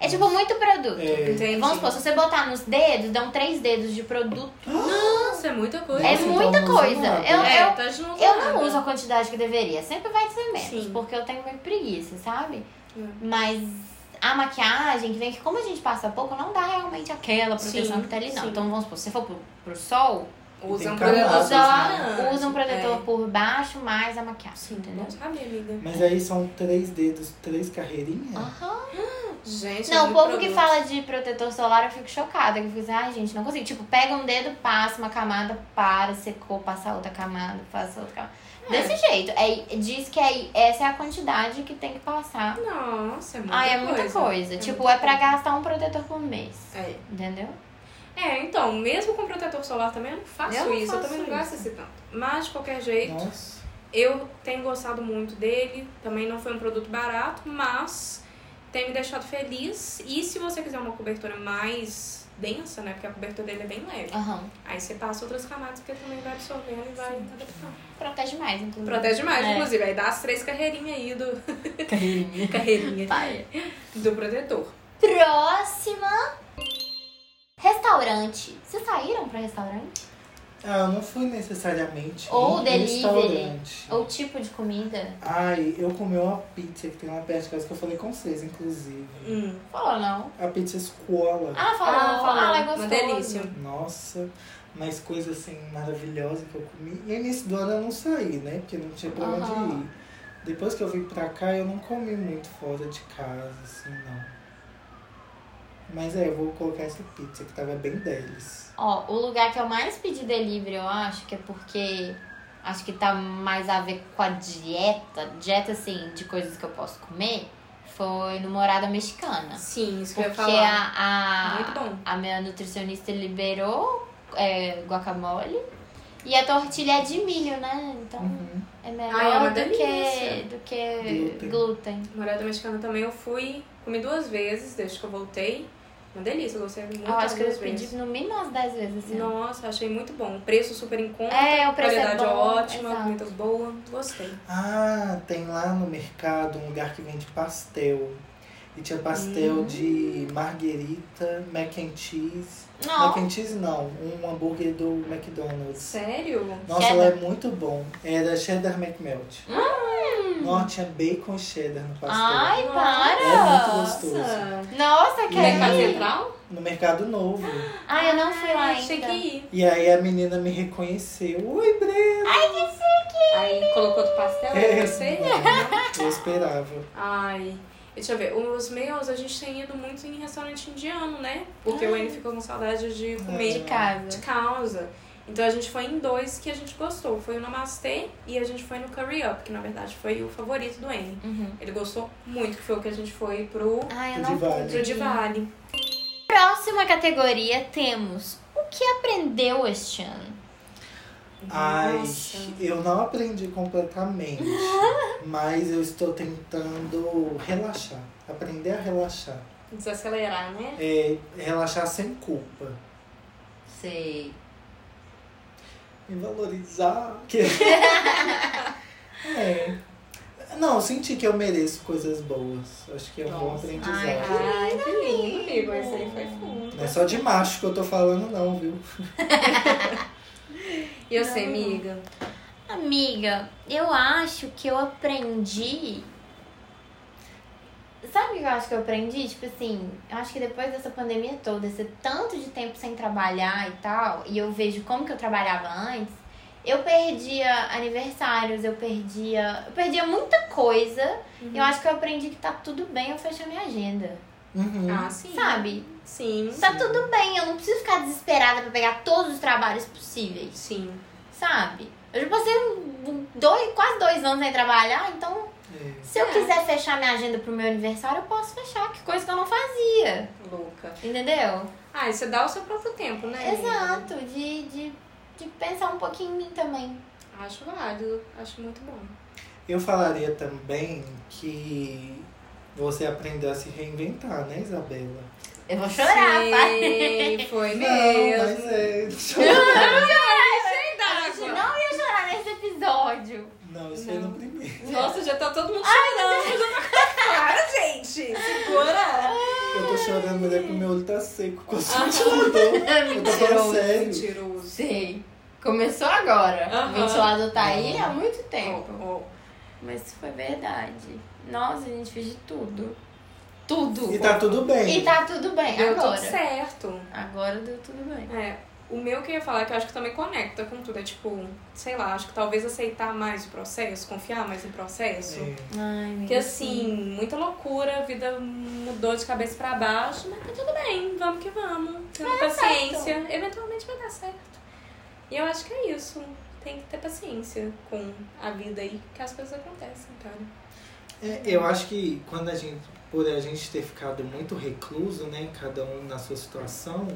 Speaker 2: É tipo muito produto.
Speaker 1: É,
Speaker 3: Entendi.
Speaker 2: Vamos supor, se você botar nos dedos, dão três dedos de produto.
Speaker 3: Nossa, é muita coisa.
Speaker 2: é
Speaker 1: então
Speaker 2: muita
Speaker 1: não usa
Speaker 2: coisa.
Speaker 1: nada.
Speaker 2: Eu,
Speaker 3: É,
Speaker 2: eu
Speaker 3: então a gente não usa
Speaker 2: eu não
Speaker 3: nada.
Speaker 2: uso a quantidade que deveria, sempre vai ser menos,
Speaker 3: Sim.
Speaker 2: porque eu tenho muita preguiça, sabe?
Speaker 3: É.
Speaker 2: Mas a maquiagem que vem, que como a gente passa pouco, não dá realmente aquela proteção
Speaker 3: Sim,
Speaker 2: que tá ali, não.
Speaker 3: sim.
Speaker 2: Então vamos supor, se você for pro, pro sol,
Speaker 3: Usa
Speaker 1: Tem
Speaker 3: um É.
Speaker 1: camadas,
Speaker 3: produto
Speaker 2: usa,
Speaker 3: transparente.
Speaker 2: usa um protetor por baixo, mais a
Speaker 3: É.
Speaker 2: maquiagem,
Speaker 3: Sim,
Speaker 2: entendeu?
Speaker 3: bom saber, amiga.
Speaker 1: Mas aí são três dedos, três carreirinhas.
Speaker 2: Aham.
Speaker 3: Gente, é
Speaker 2: Não, o
Speaker 3: muito
Speaker 2: povo que
Speaker 3: produto.
Speaker 2: fala de protetor solar, eu fico chocada. que Eu fico assim, ai gente, não consigo. Tipo, pega um dedo, passa uma camada, para, secou, passa outra camada, passa outra camada. Desse jeito. É, diz que aí essa é a quantidade que tem que passar
Speaker 3: Nossa, é muita
Speaker 2: Ah, é
Speaker 3: coisa.
Speaker 2: muita coisa.
Speaker 3: É
Speaker 2: tipo,
Speaker 3: muita
Speaker 2: é pra
Speaker 3: coisa.
Speaker 2: gastar um protetor por mês.
Speaker 3: É.
Speaker 2: Entendeu?
Speaker 3: É, então, mesmo com protetor solar também eu não faço
Speaker 2: Eu não
Speaker 3: isso, eu
Speaker 2: faço
Speaker 3: também não
Speaker 1: isso.
Speaker 3: gasto esse tanto. Mas, de qualquer jeito,
Speaker 1: Nossa.
Speaker 3: eu tenho gostado muito dele, também não foi um produto barato, mas tem me deixado feliz. E se você quiser uma cobertura mais densa, né, porque a cobertura dele é bem leve,
Speaker 2: Aham.
Speaker 3: aí você passa outras camadas que também vai absorvendo e vai adaptando.
Speaker 2: Protege mais, inclusive.
Speaker 3: Protege mais,
Speaker 2: É.
Speaker 3: inclusive, aí dá as três carreirinhas aí do...
Speaker 2: Carreirinha.
Speaker 3: carreirinha
Speaker 2: Paia.
Speaker 3: do protetor.
Speaker 2: Próxima. Restaurante. Vocês saíram pra restaurante?
Speaker 1: Ah, eu não fui necessariamente
Speaker 2: Ou
Speaker 1: em
Speaker 2: delivery.
Speaker 1: restaurante.
Speaker 2: Ou tipo de comida?
Speaker 1: Ai, eu comi uma pizza que tem lá perto de casa que eu falei com vocês, inclusive.
Speaker 3: Hum.
Speaker 2: Falou não.
Speaker 1: A pizza escola.
Speaker 2: Ah, falou.
Speaker 3: Ah, falou.
Speaker 2: ela é
Speaker 3: Uma
Speaker 2: gostoso.
Speaker 3: delícia.
Speaker 1: Nossa, mas coisa assim maravilhosa que eu comi. E aí, nesse do ano eu não saí, né? Porque não tinha pra
Speaker 2: Aham.
Speaker 1: onde ir. Depois que eu vim pra cá, eu não comi muito fora de casa, assim, não. Mas é, eu vou colocar essa pizza que tava bem deles.
Speaker 2: Ó, o lugar que eu mais pedi delivery, eu acho, que é porque acho que tá mais a ver com a dieta, dieta assim, de coisas que eu posso comer, foi no Morada Mexicana.
Speaker 3: Sim, isso que eu ia
Speaker 2: Porque
Speaker 3: falar.
Speaker 2: a, a,
Speaker 3: Muito bom.
Speaker 2: a minha nutricionista liberou é, guacamole e a tortilha é de milho, né? Então
Speaker 1: Uhum.
Speaker 2: é melhor
Speaker 3: Ai, é uma
Speaker 2: do, que,
Speaker 3: delícia.
Speaker 2: do que glúten.
Speaker 1: Glúten.
Speaker 3: Morada mexicana também eu fui, comi duas vezes desde que eu voltei. Uma delícia, eu gostei muito.
Speaker 2: Eu Ah, acho que eu
Speaker 3: duas
Speaker 2: pedi
Speaker 3: vezes.
Speaker 2: no mínimo umas 10 vezes. Assim.
Speaker 3: Nossa, achei muito bom. Preço super em conta,
Speaker 2: É, o preço é
Speaker 3: qualidade
Speaker 2: bom,
Speaker 3: ótima,
Speaker 2: exato.
Speaker 3: comida boa. Gostei.
Speaker 1: Ah, tem lá no mercado um lugar que vende pastel. E tinha
Speaker 2: Hum.
Speaker 1: pastel de marguerita, mac and cheese.
Speaker 2: Não.
Speaker 1: Mac and cheese não, um hambúrguer do McDonald's.
Speaker 3: Sério?
Speaker 1: Nossa,
Speaker 2: Cheddar.
Speaker 1: ela é muito bom. Era cheddar McMelt. Nossa, tinha bacon e cheddar no pastel.
Speaker 2: Hum. Ai,
Speaker 3: Nossa.
Speaker 2: para!
Speaker 1: É muito gostoso.
Speaker 2: Nossa,
Speaker 1: Quer
Speaker 2: que
Speaker 3: Quer
Speaker 1: ir
Speaker 3: pra
Speaker 1: fazer
Speaker 3: central?
Speaker 1: No Mercado Novo.
Speaker 2: Ai, eu não fui lá ainda.
Speaker 3: Achei que ia.
Speaker 1: E aí a menina me reconheceu. Oi, Breno!
Speaker 3: Aí colocou do pastel,
Speaker 1: É,
Speaker 3: eu sei.
Speaker 1: não, É, eu esperava.
Speaker 3: Ai. Deixa eu ver, os meus a gente tem ido muito em restaurante indiano, né? Porque
Speaker 2: Ah.
Speaker 3: o N ficou com saudade
Speaker 1: É
Speaker 3: de
Speaker 2: De
Speaker 3: comer de
Speaker 2: casa.
Speaker 3: causa. Então a gente foi em dois que a gente gostou. Foi o Namastê e a gente foi no Curry Up, que na verdade foi o favorito do N.
Speaker 2: Uhum.
Speaker 3: Ele gostou muito, que foi o que a gente foi pro,
Speaker 2: Ai, eu
Speaker 1: Pro
Speaker 2: não
Speaker 1: Divale.
Speaker 3: pro
Speaker 2: fui.
Speaker 3: Divale.
Speaker 2: Próxima categoria temos o que aprendeu este ano?
Speaker 1: Ai,
Speaker 3: Nossa.
Speaker 1: eu não aprendi completamente, mas eu estou tentando relaxar. Aprender a relaxar.
Speaker 3: Desacelerar, né?
Speaker 1: É, relaxar sem culpa.
Speaker 2: Sei.
Speaker 1: Me valorizar. Que- é. Não, eu senti que eu mereço coisas boas. Acho que é um bom
Speaker 3: Nossa.
Speaker 1: aprendizado.
Speaker 3: Ai, que lindo, amigo. Esse aí foi fundo.
Speaker 1: Não é só de macho que eu tô falando, não, viu?
Speaker 3: E eu sei, amiga.
Speaker 2: Amiga, eu acho que eu aprendi. Sabe o que eu acho que eu aprendi? Tipo assim, eu acho que depois dessa pandemia toda, esse tanto de tempo sem trabalhar e tal, e eu vejo como que eu trabalhava antes, eu perdia aniversários, eu perdia. Eu perdia muita coisa.
Speaker 3: Uhum.
Speaker 2: E eu acho que eu aprendi que tá tudo bem eu fechar minha agenda.
Speaker 1: Uhum.
Speaker 3: Ah, sim.
Speaker 2: Sabe?
Speaker 3: Sim.
Speaker 2: Tá tudo bem, eu não preciso ficar desesperada pra pegar todos os trabalhos possíveis.
Speaker 3: Sim.
Speaker 2: sabe? Eu já passei um- um- dois, quase dois anos sem trabalhar, então
Speaker 1: É.
Speaker 2: se eu
Speaker 3: É.
Speaker 2: quiser fechar minha agenda pro meu aniversário, eu posso fechar, que coisa que eu não fazia,
Speaker 3: Louca.
Speaker 2: entendeu?
Speaker 3: Ah, e você dá o seu próprio tempo, né? amiga?
Speaker 2: Exato, de, de, de pensar um pouquinho em mim também.
Speaker 3: Acho válido. Acho muito bom.
Speaker 1: Eu falaria também que você aprendeu a se reinventar, né, Isabela?
Speaker 2: Eu vou
Speaker 3: Sim, Foi
Speaker 1: Não,
Speaker 3: mesmo.
Speaker 1: mas é.
Speaker 2: A gente não ia chorar nesse episódio.
Speaker 1: Não, isso foi no
Speaker 3: Não.
Speaker 1: primeiro.
Speaker 3: Nossa, já tá todo mundo chorando. Para, gente. Segura.
Speaker 1: Eu tô chorando, mulher, que o meu olho tá seco. com o ventilador. Eu tô falando sério.
Speaker 3: Mentiroso.
Speaker 2: é Sei. Começou agora.
Speaker 3: Aham.
Speaker 2: O ventilador tá aí há muito tempo.
Speaker 3: Oh, oh.
Speaker 2: Mas isso foi verdade. Nossa, a gente fez de tudo. Tudo.
Speaker 1: E tá tudo bem.
Speaker 2: E tá tudo bem,
Speaker 3: Deu
Speaker 2: agora.
Speaker 3: tudo certo.
Speaker 2: Agora deu tudo bem.
Speaker 3: É, o meu que eu ia falar, que eu acho que também conecta com tudo, é tipo, sei lá, acho que talvez aceitar mais o processo, confiar mais no processo.
Speaker 1: É.
Speaker 2: Ai,
Speaker 3: Porque assim, muita loucura, a vida mudou de cabeça pra baixo, mas tá tudo bem, vamos que vamos. Tendo paciência, eventualmente vai dar certo. E eu acho que é isso. Tem que ter paciência com a vida aí, que as coisas acontecem, cara.
Speaker 1: É, eu acho que quando a gente, por a gente ter ficado muito recluso, né, cada um na sua situação,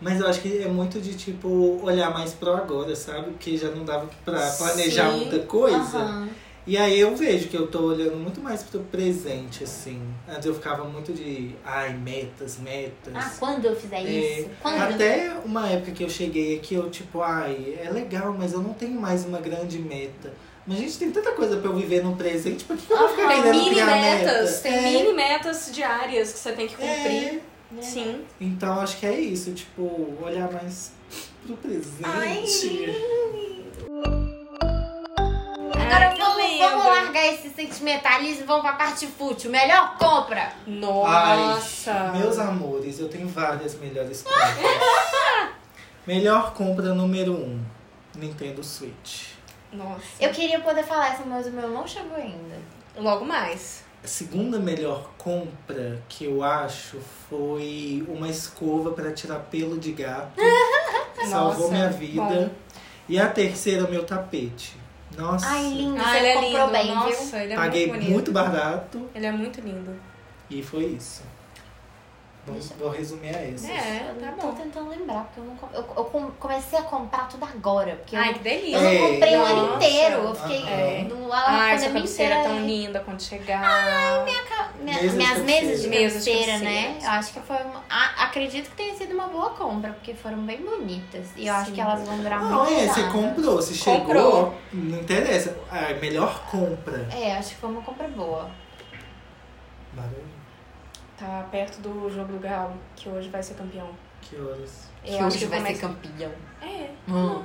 Speaker 1: mas eu acho que é muito de tipo olhar mais pro agora, sabe? Porque já não dava pra planejar
Speaker 3: Sim.
Speaker 1: muita coisa. E aí eu vejo que eu tô olhando muito mais pro presente, assim. Antes eu ficava muito de, ai, metas, metas.
Speaker 2: Ah, quando eu fizer isso? Quando?
Speaker 1: Até uma época que eu cheguei aqui, eu tipo, ai, é legal, mas eu não tenho mais uma grande meta. Mas, gente, tem tanta coisa pra eu viver no presente, pra que, que eu vou ficar
Speaker 3: Tem
Speaker 1: querendo
Speaker 3: mini
Speaker 1: criar
Speaker 3: metas,
Speaker 1: meta?
Speaker 3: tem
Speaker 1: É,
Speaker 3: mini metas diárias que você tem que cumprir.
Speaker 1: é.
Speaker 3: Sim.
Speaker 1: Então, acho que é isso, tipo, olhar mais pro presente.
Speaker 2: Agora
Speaker 3: Ai, que
Speaker 2: vamos,
Speaker 3: lindo.
Speaker 2: vamos largar esse sentimentalismo e vamos pra parte fútil. Melhor compra.
Speaker 3: Nossa!
Speaker 1: Meus amores, eu tenho várias melhores compras. Melhor compra número um, Nintendo Switch.
Speaker 3: Nossa.
Speaker 2: Eu queria poder falar essa, mas o meu não chegou ainda.
Speaker 3: Logo mais.
Speaker 1: A segunda melhor compra que eu acho foi uma escova para tirar pelo de gato. Salvou
Speaker 3: Nossa,
Speaker 1: minha vida.
Speaker 3: bom.
Speaker 1: E a terceira, meu tapete. Nossa,
Speaker 2: Ai, lindo.
Speaker 3: Ah,
Speaker 2: Você
Speaker 3: ele é
Speaker 2: comprou
Speaker 3: lindo.
Speaker 2: bem,
Speaker 3: Nossa,
Speaker 2: viu?
Speaker 3: ele é
Speaker 1: paguei
Speaker 3: muito
Speaker 1: muito,
Speaker 3: bonito.
Speaker 1: barato
Speaker 3: Ele é muito lindo.
Speaker 1: e foi isso. Vou, vou resumir a essas.
Speaker 3: É, tá
Speaker 2: eu tô
Speaker 3: bom.
Speaker 2: tentando lembrar, porque eu não com- eu, eu com- comecei a comprar tudo agora. Porque eu,
Speaker 3: Ai, que delícia.
Speaker 2: eu não
Speaker 1: Ei,
Speaker 2: comprei o ano
Speaker 3: nossa. É.
Speaker 2: inteiro. Eu fiquei
Speaker 1: Aham.
Speaker 2: no
Speaker 3: Ai,
Speaker 2: a
Speaker 3: essa
Speaker 2: pandemia
Speaker 3: cabeceira é
Speaker 2: inteira.
Speaker 3: tão linda quando chegar. Ai,
Speaker 2: Minha-
Speaker 3: minha...
Speaker 1: Mesas de
Speaker 2: minhas
Speaker 1: cabeceira.
Speaker 2: mesas de
Speaker 3: Mesas de
Speaker 2: cabeceira,
Speaker 3: cabeceira.
Speaker 2: né? Eu acho que foi uma. a- acredito que tenha sido uma boa compra, porque foram bem bonitas. E eu acho
Speaker 3: Sim.
Speaker 2: que elas vão durar
Speaker 1: Não,
Speaker 2: muito.
Speaker 1: é, você
Speaker 2: anos.
Speaker 1: comprou, se chegou,
Speaker 3: Comprou.
Speaker 1: não interessa. A melhor compra.
Speaker 2: É, acho que foi uma compra boa.
Speaker 1: Barulho.
Speaker 3: Tá perto do jogo do Galo, que hoje vai ser campeão.
Speaker 1: Que horas?
Speaker 3: Eu
Speaker 4: que
Speaker 3: acho
Speaker 4: hoje
Speaker 3: que
Speaker 4: vai
Speaker 3: começa-
Speaker 4: ser campeão.
Speaker 3: É.
Speaker 4: Hum.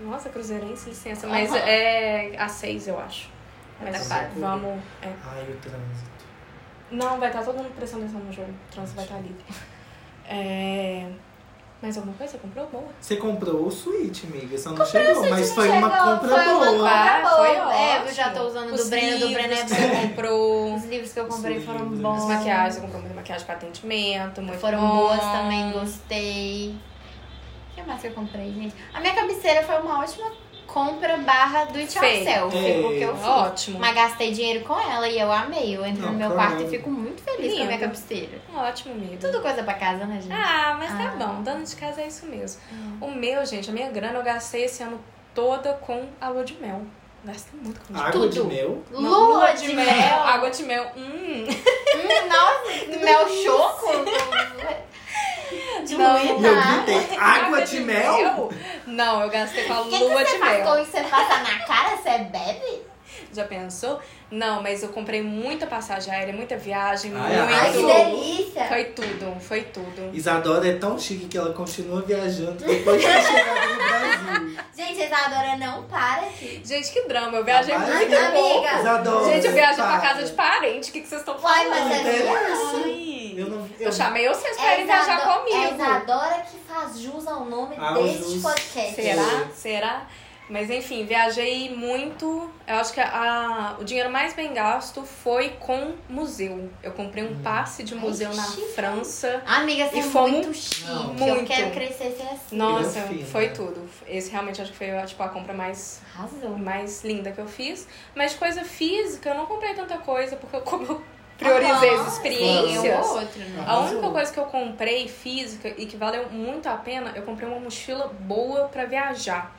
Speaker 3: Nossa, Cruzeirense, licença. Mas
Speaker 2: Aham.
Speaker 3: é às seis, eu acho. Mas
Speaker 1: Tá quase.
Speaker 3: vamos. é.
Speaker 1: Ai, o trânsito.
Speaker 3: Não, vai estar todo mundo prestando atenção no jogo. O trânsito vai estar livre. É. Mais alguma coisa? Você comprou? Boa.
Speaker 1: Você comprou o suíte, amiga. Só não chegou, mas
Speaker 2: não
Speaker 1: foi uma
Speaker 2: chegou,
Speaker 1: compra
Speaker 2: foi uma
Speaker 1: boa.
Speaker 2: Tá
Speaker 3: Ah,
Speaker 2: bom.
Speaker 3: foi
Speaker 2: É,
Speaker 3: ótimo.
Speaker 2: eu já tô usando do
Speaker 3: Os
Speaker 2: Breno, do Breno é
Speaker 3: livros que você
Speaker 2: bom.
Speaker 3: comprou.
Speaker 2: Os livros que eu comprei
Speaker 1: Os
Speaker 2: foram
Speaker 1: livros.
Speaker 2: bons.
Speaker 3: As maquiagens, você comprou muita maquiagem pra atendimento, muito
Speaker 2: Foram
Speaker 3: bom.
Speaker 2: boas também, gostei. O que mais que eu comprei, gente? A minha cabeceira foi uma ótima compra barra do it
Speaker 3: Feio.
Speaker 2: yourself,
Speaker 1: É.
Speaker 2: porque eu fiz.
Speaker 3: Ótimo.
Speaker 2: Mas gastei dinheiro com ela e eu amei. Eu entro
Speaker 1: Não, um
Speaker 2: no meu
Speaker 1: claro.
Speaker 2: quarto e fico muito feliz com a minha
Speaker 3: Lindo.
Speaker 2: cabeceira.
Speaker 3: Ótimo, amigo.
Speaker 2: Tudo coisa pra casa, né, gente?
Speaker 3: Ah, mas tá
Speaker 2: Ah. Hum.
Speaker 3: bom. Dando de casa é isso mesmo. O meu, gente, a minha grana eu gastei esse ano toda com a lua de mel. Gastei muito com lua de mel.
Speaker 1: Água de
Speaker 2: Tudo.
Speaker 1: mel.
Speaker 3: Não,
Speaker 2: Ah. Lua, de, mel.
Speaker 3: Água de mel. Hum.
Speaker 2: Hum, nossa, mel choco.
Speaker 1: E eu
Speaker 2: Diluída.
Speaker 1: gritei, água de mel?
Speaker 3: Não, eu gastei com a
Speaker 2: O que, que
Speaker 3: lua
Speaker 2: você
Speaker 3: de
Speaker 2: faz
Speaker 3: mel.
Speaker 2: com isso? Você passa na cara? Você bebe?
Speaker 3: Já pensou? Não, mas eu comprei muita passagem aérea, muita viagem,
Speaker 1: Ai,
Speaker 2: Ai, que
Speaker 1: Tudo.
Speaker 3: muito.
Speaker 2: delícia.
Speaker 3: Foi tudo, foi tudo.
Speaker 1: Isadora é tão chique que ela continua viajando depois de ter chegado no Brasil.
Speaker 2: Gente, a Isadora não para aqui.
Speaker 3: Gente, que drama, eu viajei
Speaker 1: Vai,
Speaker 3: muito
Speaker 2: amiga.
Speaker 3: pouco.
Speaker 1: Isadora,
Speaker 3: Gente, eu viajei pra
Speaker 1: para.
Speaker 3: casa de parente, o que, que vocês estão
Speaker 2: Uai,
Speaker 3: falando?
Speaker 2: mas é
Speaker 1: Interessa.
Speaker 2: assim?
Speaker 3: Ai.
Speaker 1: Eu não.
Speaker 3: Eu
Speaker 1: Eu,
Speaker 3: chamei vocês pra irem
Speaker 2: Isado-
Speaker 3: viajar
Speaker 2: é
Speaker 3: tá comigo.
Speaker 2: Isadora que faz jus ao nome
Speaker 1: Ah, o
Speaker 2: deste
Speaker 1: jus.
Speaker 2: podcast.
Speaker 3: Será? Será? Mas enfim, viajei muito. Eu acho que a- o dinheiro mais bem gasto foi com museu. Eu comprei um passe de museu
Speaker 2: que
Speaker 3: na
Speaker 2: chique.
Speaker 3: França.
Speaker 2: Amiga, você
Speaker 3: E
Speaker 2: é
Speaker 3: fomos-
Speaker 2: muito chique.
Speaker 1: Não.
Speaker 2: Eu
Speaker 3: Muito.
Speaker 2: quero crescer ser assim.
Speaker 3: Nossa,
Speaker 1: fina.
Speaker 3: foi tudo. Esse realmente acho que foi tipo, a compra mais
Speaker 2: Arrasou.
Speaker 3: mais linda que eu fiz. Mas de coisa física, eu não comprei tanta coisa, porque eu, como eu
Speaker 2: Ah,
Speaker 3: priorizei as experiências.
Speaker 2: Ou outro, né?
Speaker 3: A única coisa que eu comprei física e que valeu muito a pena, eu comprei uma mochila boa pra viajar.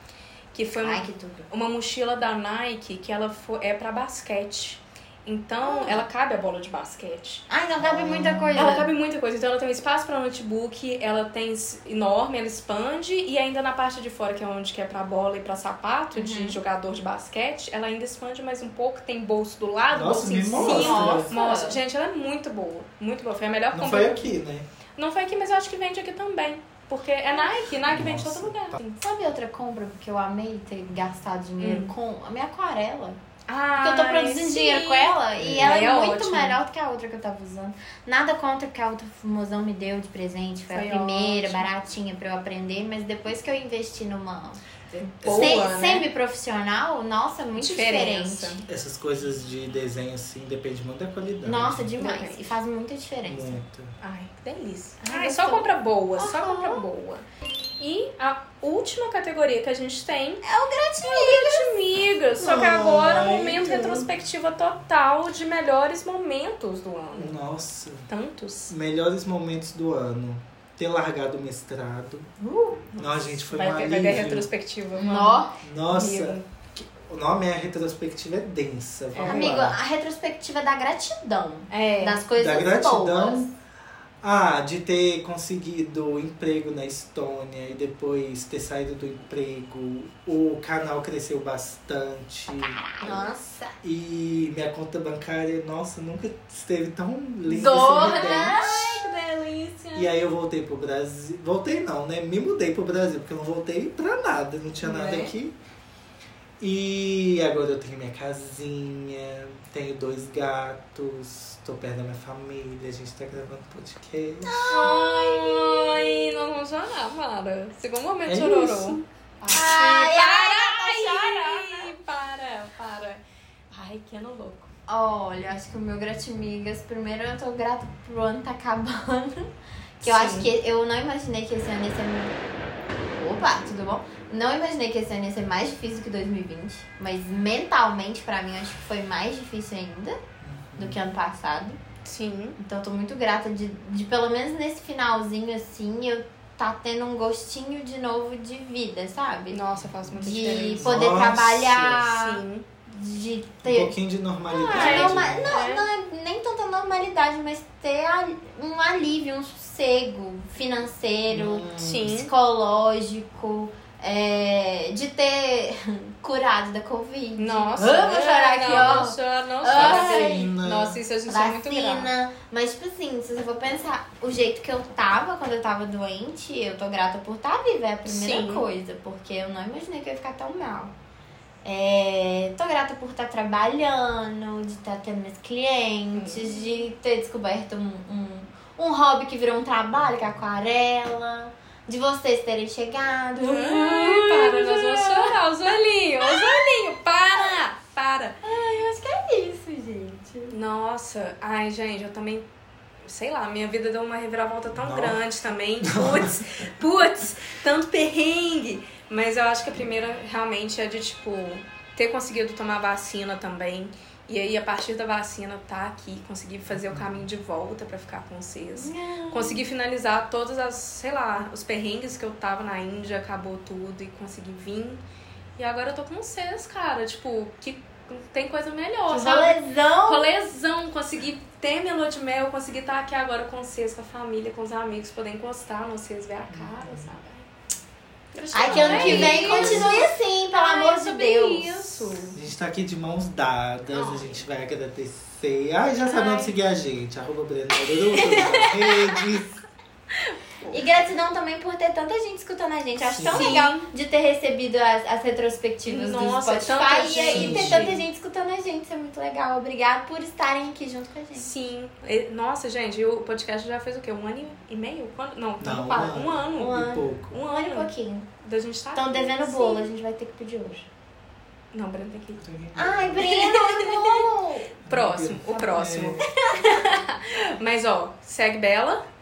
Speaker 3: Que foi um uma,
Speaker 2: Ai, que tudo.
Speaker 3: uma mochila da Nike que ela fo- é pra basquete.
Speaker 2: Ah.
Speaker 3: Então, ela cabe a bola de basquete.
Speaker 2: Ai, não cabe muita coisa.
Speaker 3: Ela cabe muita coisa, então ela tem um espaço pra notebook, ela tem es- enorme, ela expande e ainda na parte de fora, que é onde que é pra bola e pra sapato
Speaker 2: Uhum.
Speaker 3: de jogador de basquete, ela ainda expande mais um pouco, tem bolso do lado,
Speaker 1: Nossa,
Speaker 3: bolso em
Speaker 1: me
Speaker 3: cima.
Speaker 1: mostra.
Speaker 2: Nossa.
Speaker 3: Nossa, gente, ela é muito boa, muito boa. Foi a melhor
Speaker 1: Não
Speaker 3: compra.
Speaker 1: foi aqui, né?
Speaker 3: Não foi aqui, mas eu acho que vende aqui também. Porque é Nike, Nike vende em
Speaker 1: Nossa.
Speaker 3: todo lugar. assim.
Speaker 2: Sabe outra compra que eu amei ter gastado dinheiro com? A minha aquarela.
Speaker 3: Ah,
Speaker 2: Porque eu tô produzindo dinheiro com ela e
Speaker 1: É,
Speaker 2: ela é,
Speaker 3: é
Speaker 2: muito
Speaker 3: ótimo.
Speaker 2: melhor do que a outra que eu tava usando. Nada contra o que a outra fumosão me deu de presente. Foi,
Speaker 3: Foi
Speaker 2: a primeira,
Speaker 3: ótimo.
Speaker 2: baratinha pra eu aprender, mas depois que eu investi numa
Speaker 3: Boa,
Speaker 2: sem-
Speaker 3: né?
Speaker 2: semi-profissional, nossa, é muito
Speaker 3: Diferença.
Speaker 2: diferente.
Speaker 1: Essas coisas de desenho, assim, depende muito da qualidade.
Speaker 2: Nossa, demais.
Speaker 3: Depende.
Speaker 2: E faz muita diferença.
Speaker 1: Muito.
Speaker 3: Ai, que delícia.
Speaker 2: Ai,
Speaker 3: Ai, só
Speaker 2: gostou.
Speaker 3: compra boa, só
Speaker 2: Aham.
Speaker 3: compra boa. E a última categoria que a gente tem
Speaker 2: É o gratidão.
Speaker 3: Amiga, só que agora é um
Speaker 1: Ai,
Speaker 3: momento
Speaker 1: Deus.
Speaker 3: retrospectiva total de melhores momentos do ano.
Speaker 1: Nossa.
Speaker 3: Tantos.
Speaker 1: Melhores momentos do ano. Ter largado o mestrado. Nossa, gente, foi
Speaker 3: vai
Speaker 1: um
Speaker 3: ter, vai ter
Speaker 1: alívio.
Speaker 3: retrospectiva.
Speaker 2: Nó.
Speaker 1: Nossa,
Speaker 3: Amigo.
Speaker 1: o nome é retrospectiva é densa. Vamos
Speaker 2: Amigo,
Speaker 1: lá.
Speaker 2: a retrospectiva da gratidão.
Speaker 3: É.
Speaker 2: Das coisas
Speaker 1: Da gratidão.
Speaker 2: boas.
Speaker 1: Ah, de ter conseguido emprego na Estônia e depois ter saído do emprego. O canal cresceu bastante.
Speaker 2: Nossa.
Speaker 1: E minha conta bancária, nossa, nunca esteve tão linda. assim, né? e
Speaker 2: Zorra.
Speaker 1: sorridente.
Speaker 3: Que delícia.
Speaker 1: E aí eu voltei pro Brasil. Voltei não, né? Me mudei pro Brasil, porque eu não voltei pra nada, não tinha nada
Speaker 3: Né?
Speaker 1: aqui. E agora eu tenho minha casinha, tenho dois gatos, tô perto da minha família, a gente tá gravando podcast.
Speaker 3: Ai, nós vamos chorar, Mara. Segundo momento
Speaker 1: É
Speaker 3: chororô.
Speaker 1: isso.
Speaker 2: Ai,
Speaker 3: Ai, para, para. Ai, que ano louco.
Speaker 2: Olha, acho que o meu gratimigas, primeiro eu tô grata pro ano tá acabando. Que eu
Speaker 3: Sim.
Speaker 2: acho que eu não imaginei que esse ano ia ser. Opa, tudo bom? Não imaginei que esse ano ia ser mais difícil que 2020, mas mentalmente pra mim acho que foi mais difícil ainda do que ano passado.
Speaker 3: Sim.
Speaker 2: Então eu tô muito grata de, de pelo menos nesse finalzinho assim, eu tá tendo um gostinho de novo de vida, sabe?
Speaker 3: Nossa, eu faço muita
Speaker 2: De
Speaker 3: diferença.
Speaker 2: poder
Speaker 1: Nossa,
Speaker 2: trabalhar,
Speaker 3: Sim.
Speaker 2: de
Speaker 1: Um
Speaker 2: ter
Speaker 1: pouquinho de
Speaker 2: Ah,
Speaker 3: é
Speaker 1: normalidade.
Speaker 2: não, mas-
Speaker 1: né?
Speaker 2: não, não é nem tanta normalidade, mas ter al- um alívio, um sossego financeiro,
Speaker 1: Hum.
Speaker 3: Sim.
Speaker 2: psicológico, é, de ter curado da Covid.
Speaker 3: Nossa, É,
Speaker 2: Vamos chorar aqui, ó.
Speaker 3: Não chora, não
Speaker 2: Ai.
Speaker 3: chora. Nossa, isso a gente é muito grave.
Speaker 2: vacina. Mas, tipo assim, se você for pensar, o jeito que eu tava quando eu tava doente, eu tô grata por estar viva, é a primeira
Speaker 3: Sim.
Speaker 2: coisa. Porque eu não imaginei que eu ia ficar tão mal. É, tô grata por estar trabalhando, de estar tendo meus clientes, de ter descoberto um, um, um hobby que virou um trabalho, que é aquarela, de vocês terem chegado.
Speaker 3: Ai, Uhum, para, nós vamos chorar. Os olhinhos, os olhinhos, para, para.
Speaker 2: Eu acho que é isso, gente.
Speaker 3: Nossa, ai, gente, eu também. Sei lá, minha vida deu uma reviravolta tão
Speaker 1: Nossa.
Speaker 3: grande também. Putz, putz, tanto perrengue. Mas eu acho que a primeira realmente é de, tipo, ter conseguido tomar vacina também. E aí, a partir da vacina, tá aqui, conseguir fazer o caminho de volta pra ficar com vocês. Consegui finalizar todas as, sei lá, os perrengues que eu tava na Índia, acabou tudo e consegui vir. E agora eu tô com vocês, cara. Tipo, que tem coisa melhor,
Speaker 2: Que
Speaker 3: sabe?
Speaker 2: lesão!
Speaker 3: Colesão, é consegui ter minha lua de mel, consegui estar aqui agora com vocês, com a família, com os amigos, poder encostar, não vocês ver a cara, sabe?
Speaker 2: Ai, que ano
Speaker 3: É
Speaker 2: que vem
Speaker 3: isso.
Speaker 2: continue assim, pelo
Speaker 3: Ai,
Speaker 2: amor
Speaker 3: é
Speaker 2: de
Speaker 3: sobre
Speaker 2: Deus.
Speaker 3: Isso.
Speaker 1: A gente tá aqui de mãos dadas, a
Speaker 3: Ai.
Speaker 1: gente vai agradecer. Ai, já sabe
Speaker 3: Ai.
Speaker 1: onde seguir a gente. Arroba Breno Maruru, todas as redes.
Speaker 2: E gratidão também por ter tanta gente escutando a gente. Acho tão
Speaker 3: Sim.
Speaker 2: legal de ter recebido as, as retrospectivas
Speaker 3: Nossa,
Speaker 2: do
Speaker 3: tanta
Speaker 2: Spotify e aí ter
Speaker 1: gente.
Speaker 2: tanta gente escutando a gente. Isso é muito legal. Obrigada por estarem aqui junto com a gente.
Speaker 3: Sim. E- Nossa, gente, e o podcast já fez o quê? Um ano e meio? Quando? Não,
Speaker 1: Não,
Speaker 3: não, para.
Speaker 1: um
Speaker 3: Um ano.
Speaker 2: Um ano.
Speaker 1: E pouco.
Speaker 3: Um
Speaker 2: Olha um
Speaker 3: ano
Speaker 2: pouquinho.
Speaker 3: da gente tá
Speaker 2: Estão
Speaker 3: aqui.
Speaker 2: devendo
Speaker 3: Sim.
Speaker 2: bolo, a gente vai ter que pedir hoje.
Speaker 3: Não, Breno tem que ir.
Speaker 2: Ai, Breno, amor!
Speaker 3: Próximo, o próximo. Mas ó, segue Bela.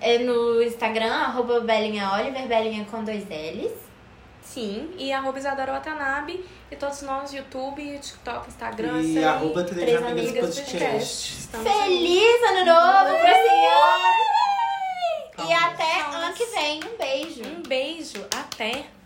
Speaker 2: É no Instagram, arroba Belinha Oliver, Belinha com dois L's.
Speaker 3: Sim, e arroba Isadora Watanabe e todos nós, YouTube, TikTok, Instagram,
Speaker 1: E
Speaker 3: sei.
Speaker 1: arroba Três
Speaker 2: Três
Speaker 1: Amigas
Speaker 3: Amigas
Speaker 1: Podcast.
Speaker 3: Podcast. Estamos aí.
Speaker 2: Feliz ano novo pra senhora! E até
Speaker 3: Palmas.
Speaker 2: ano que vem. Um beijo.
Speaker 3: Um beijo, até!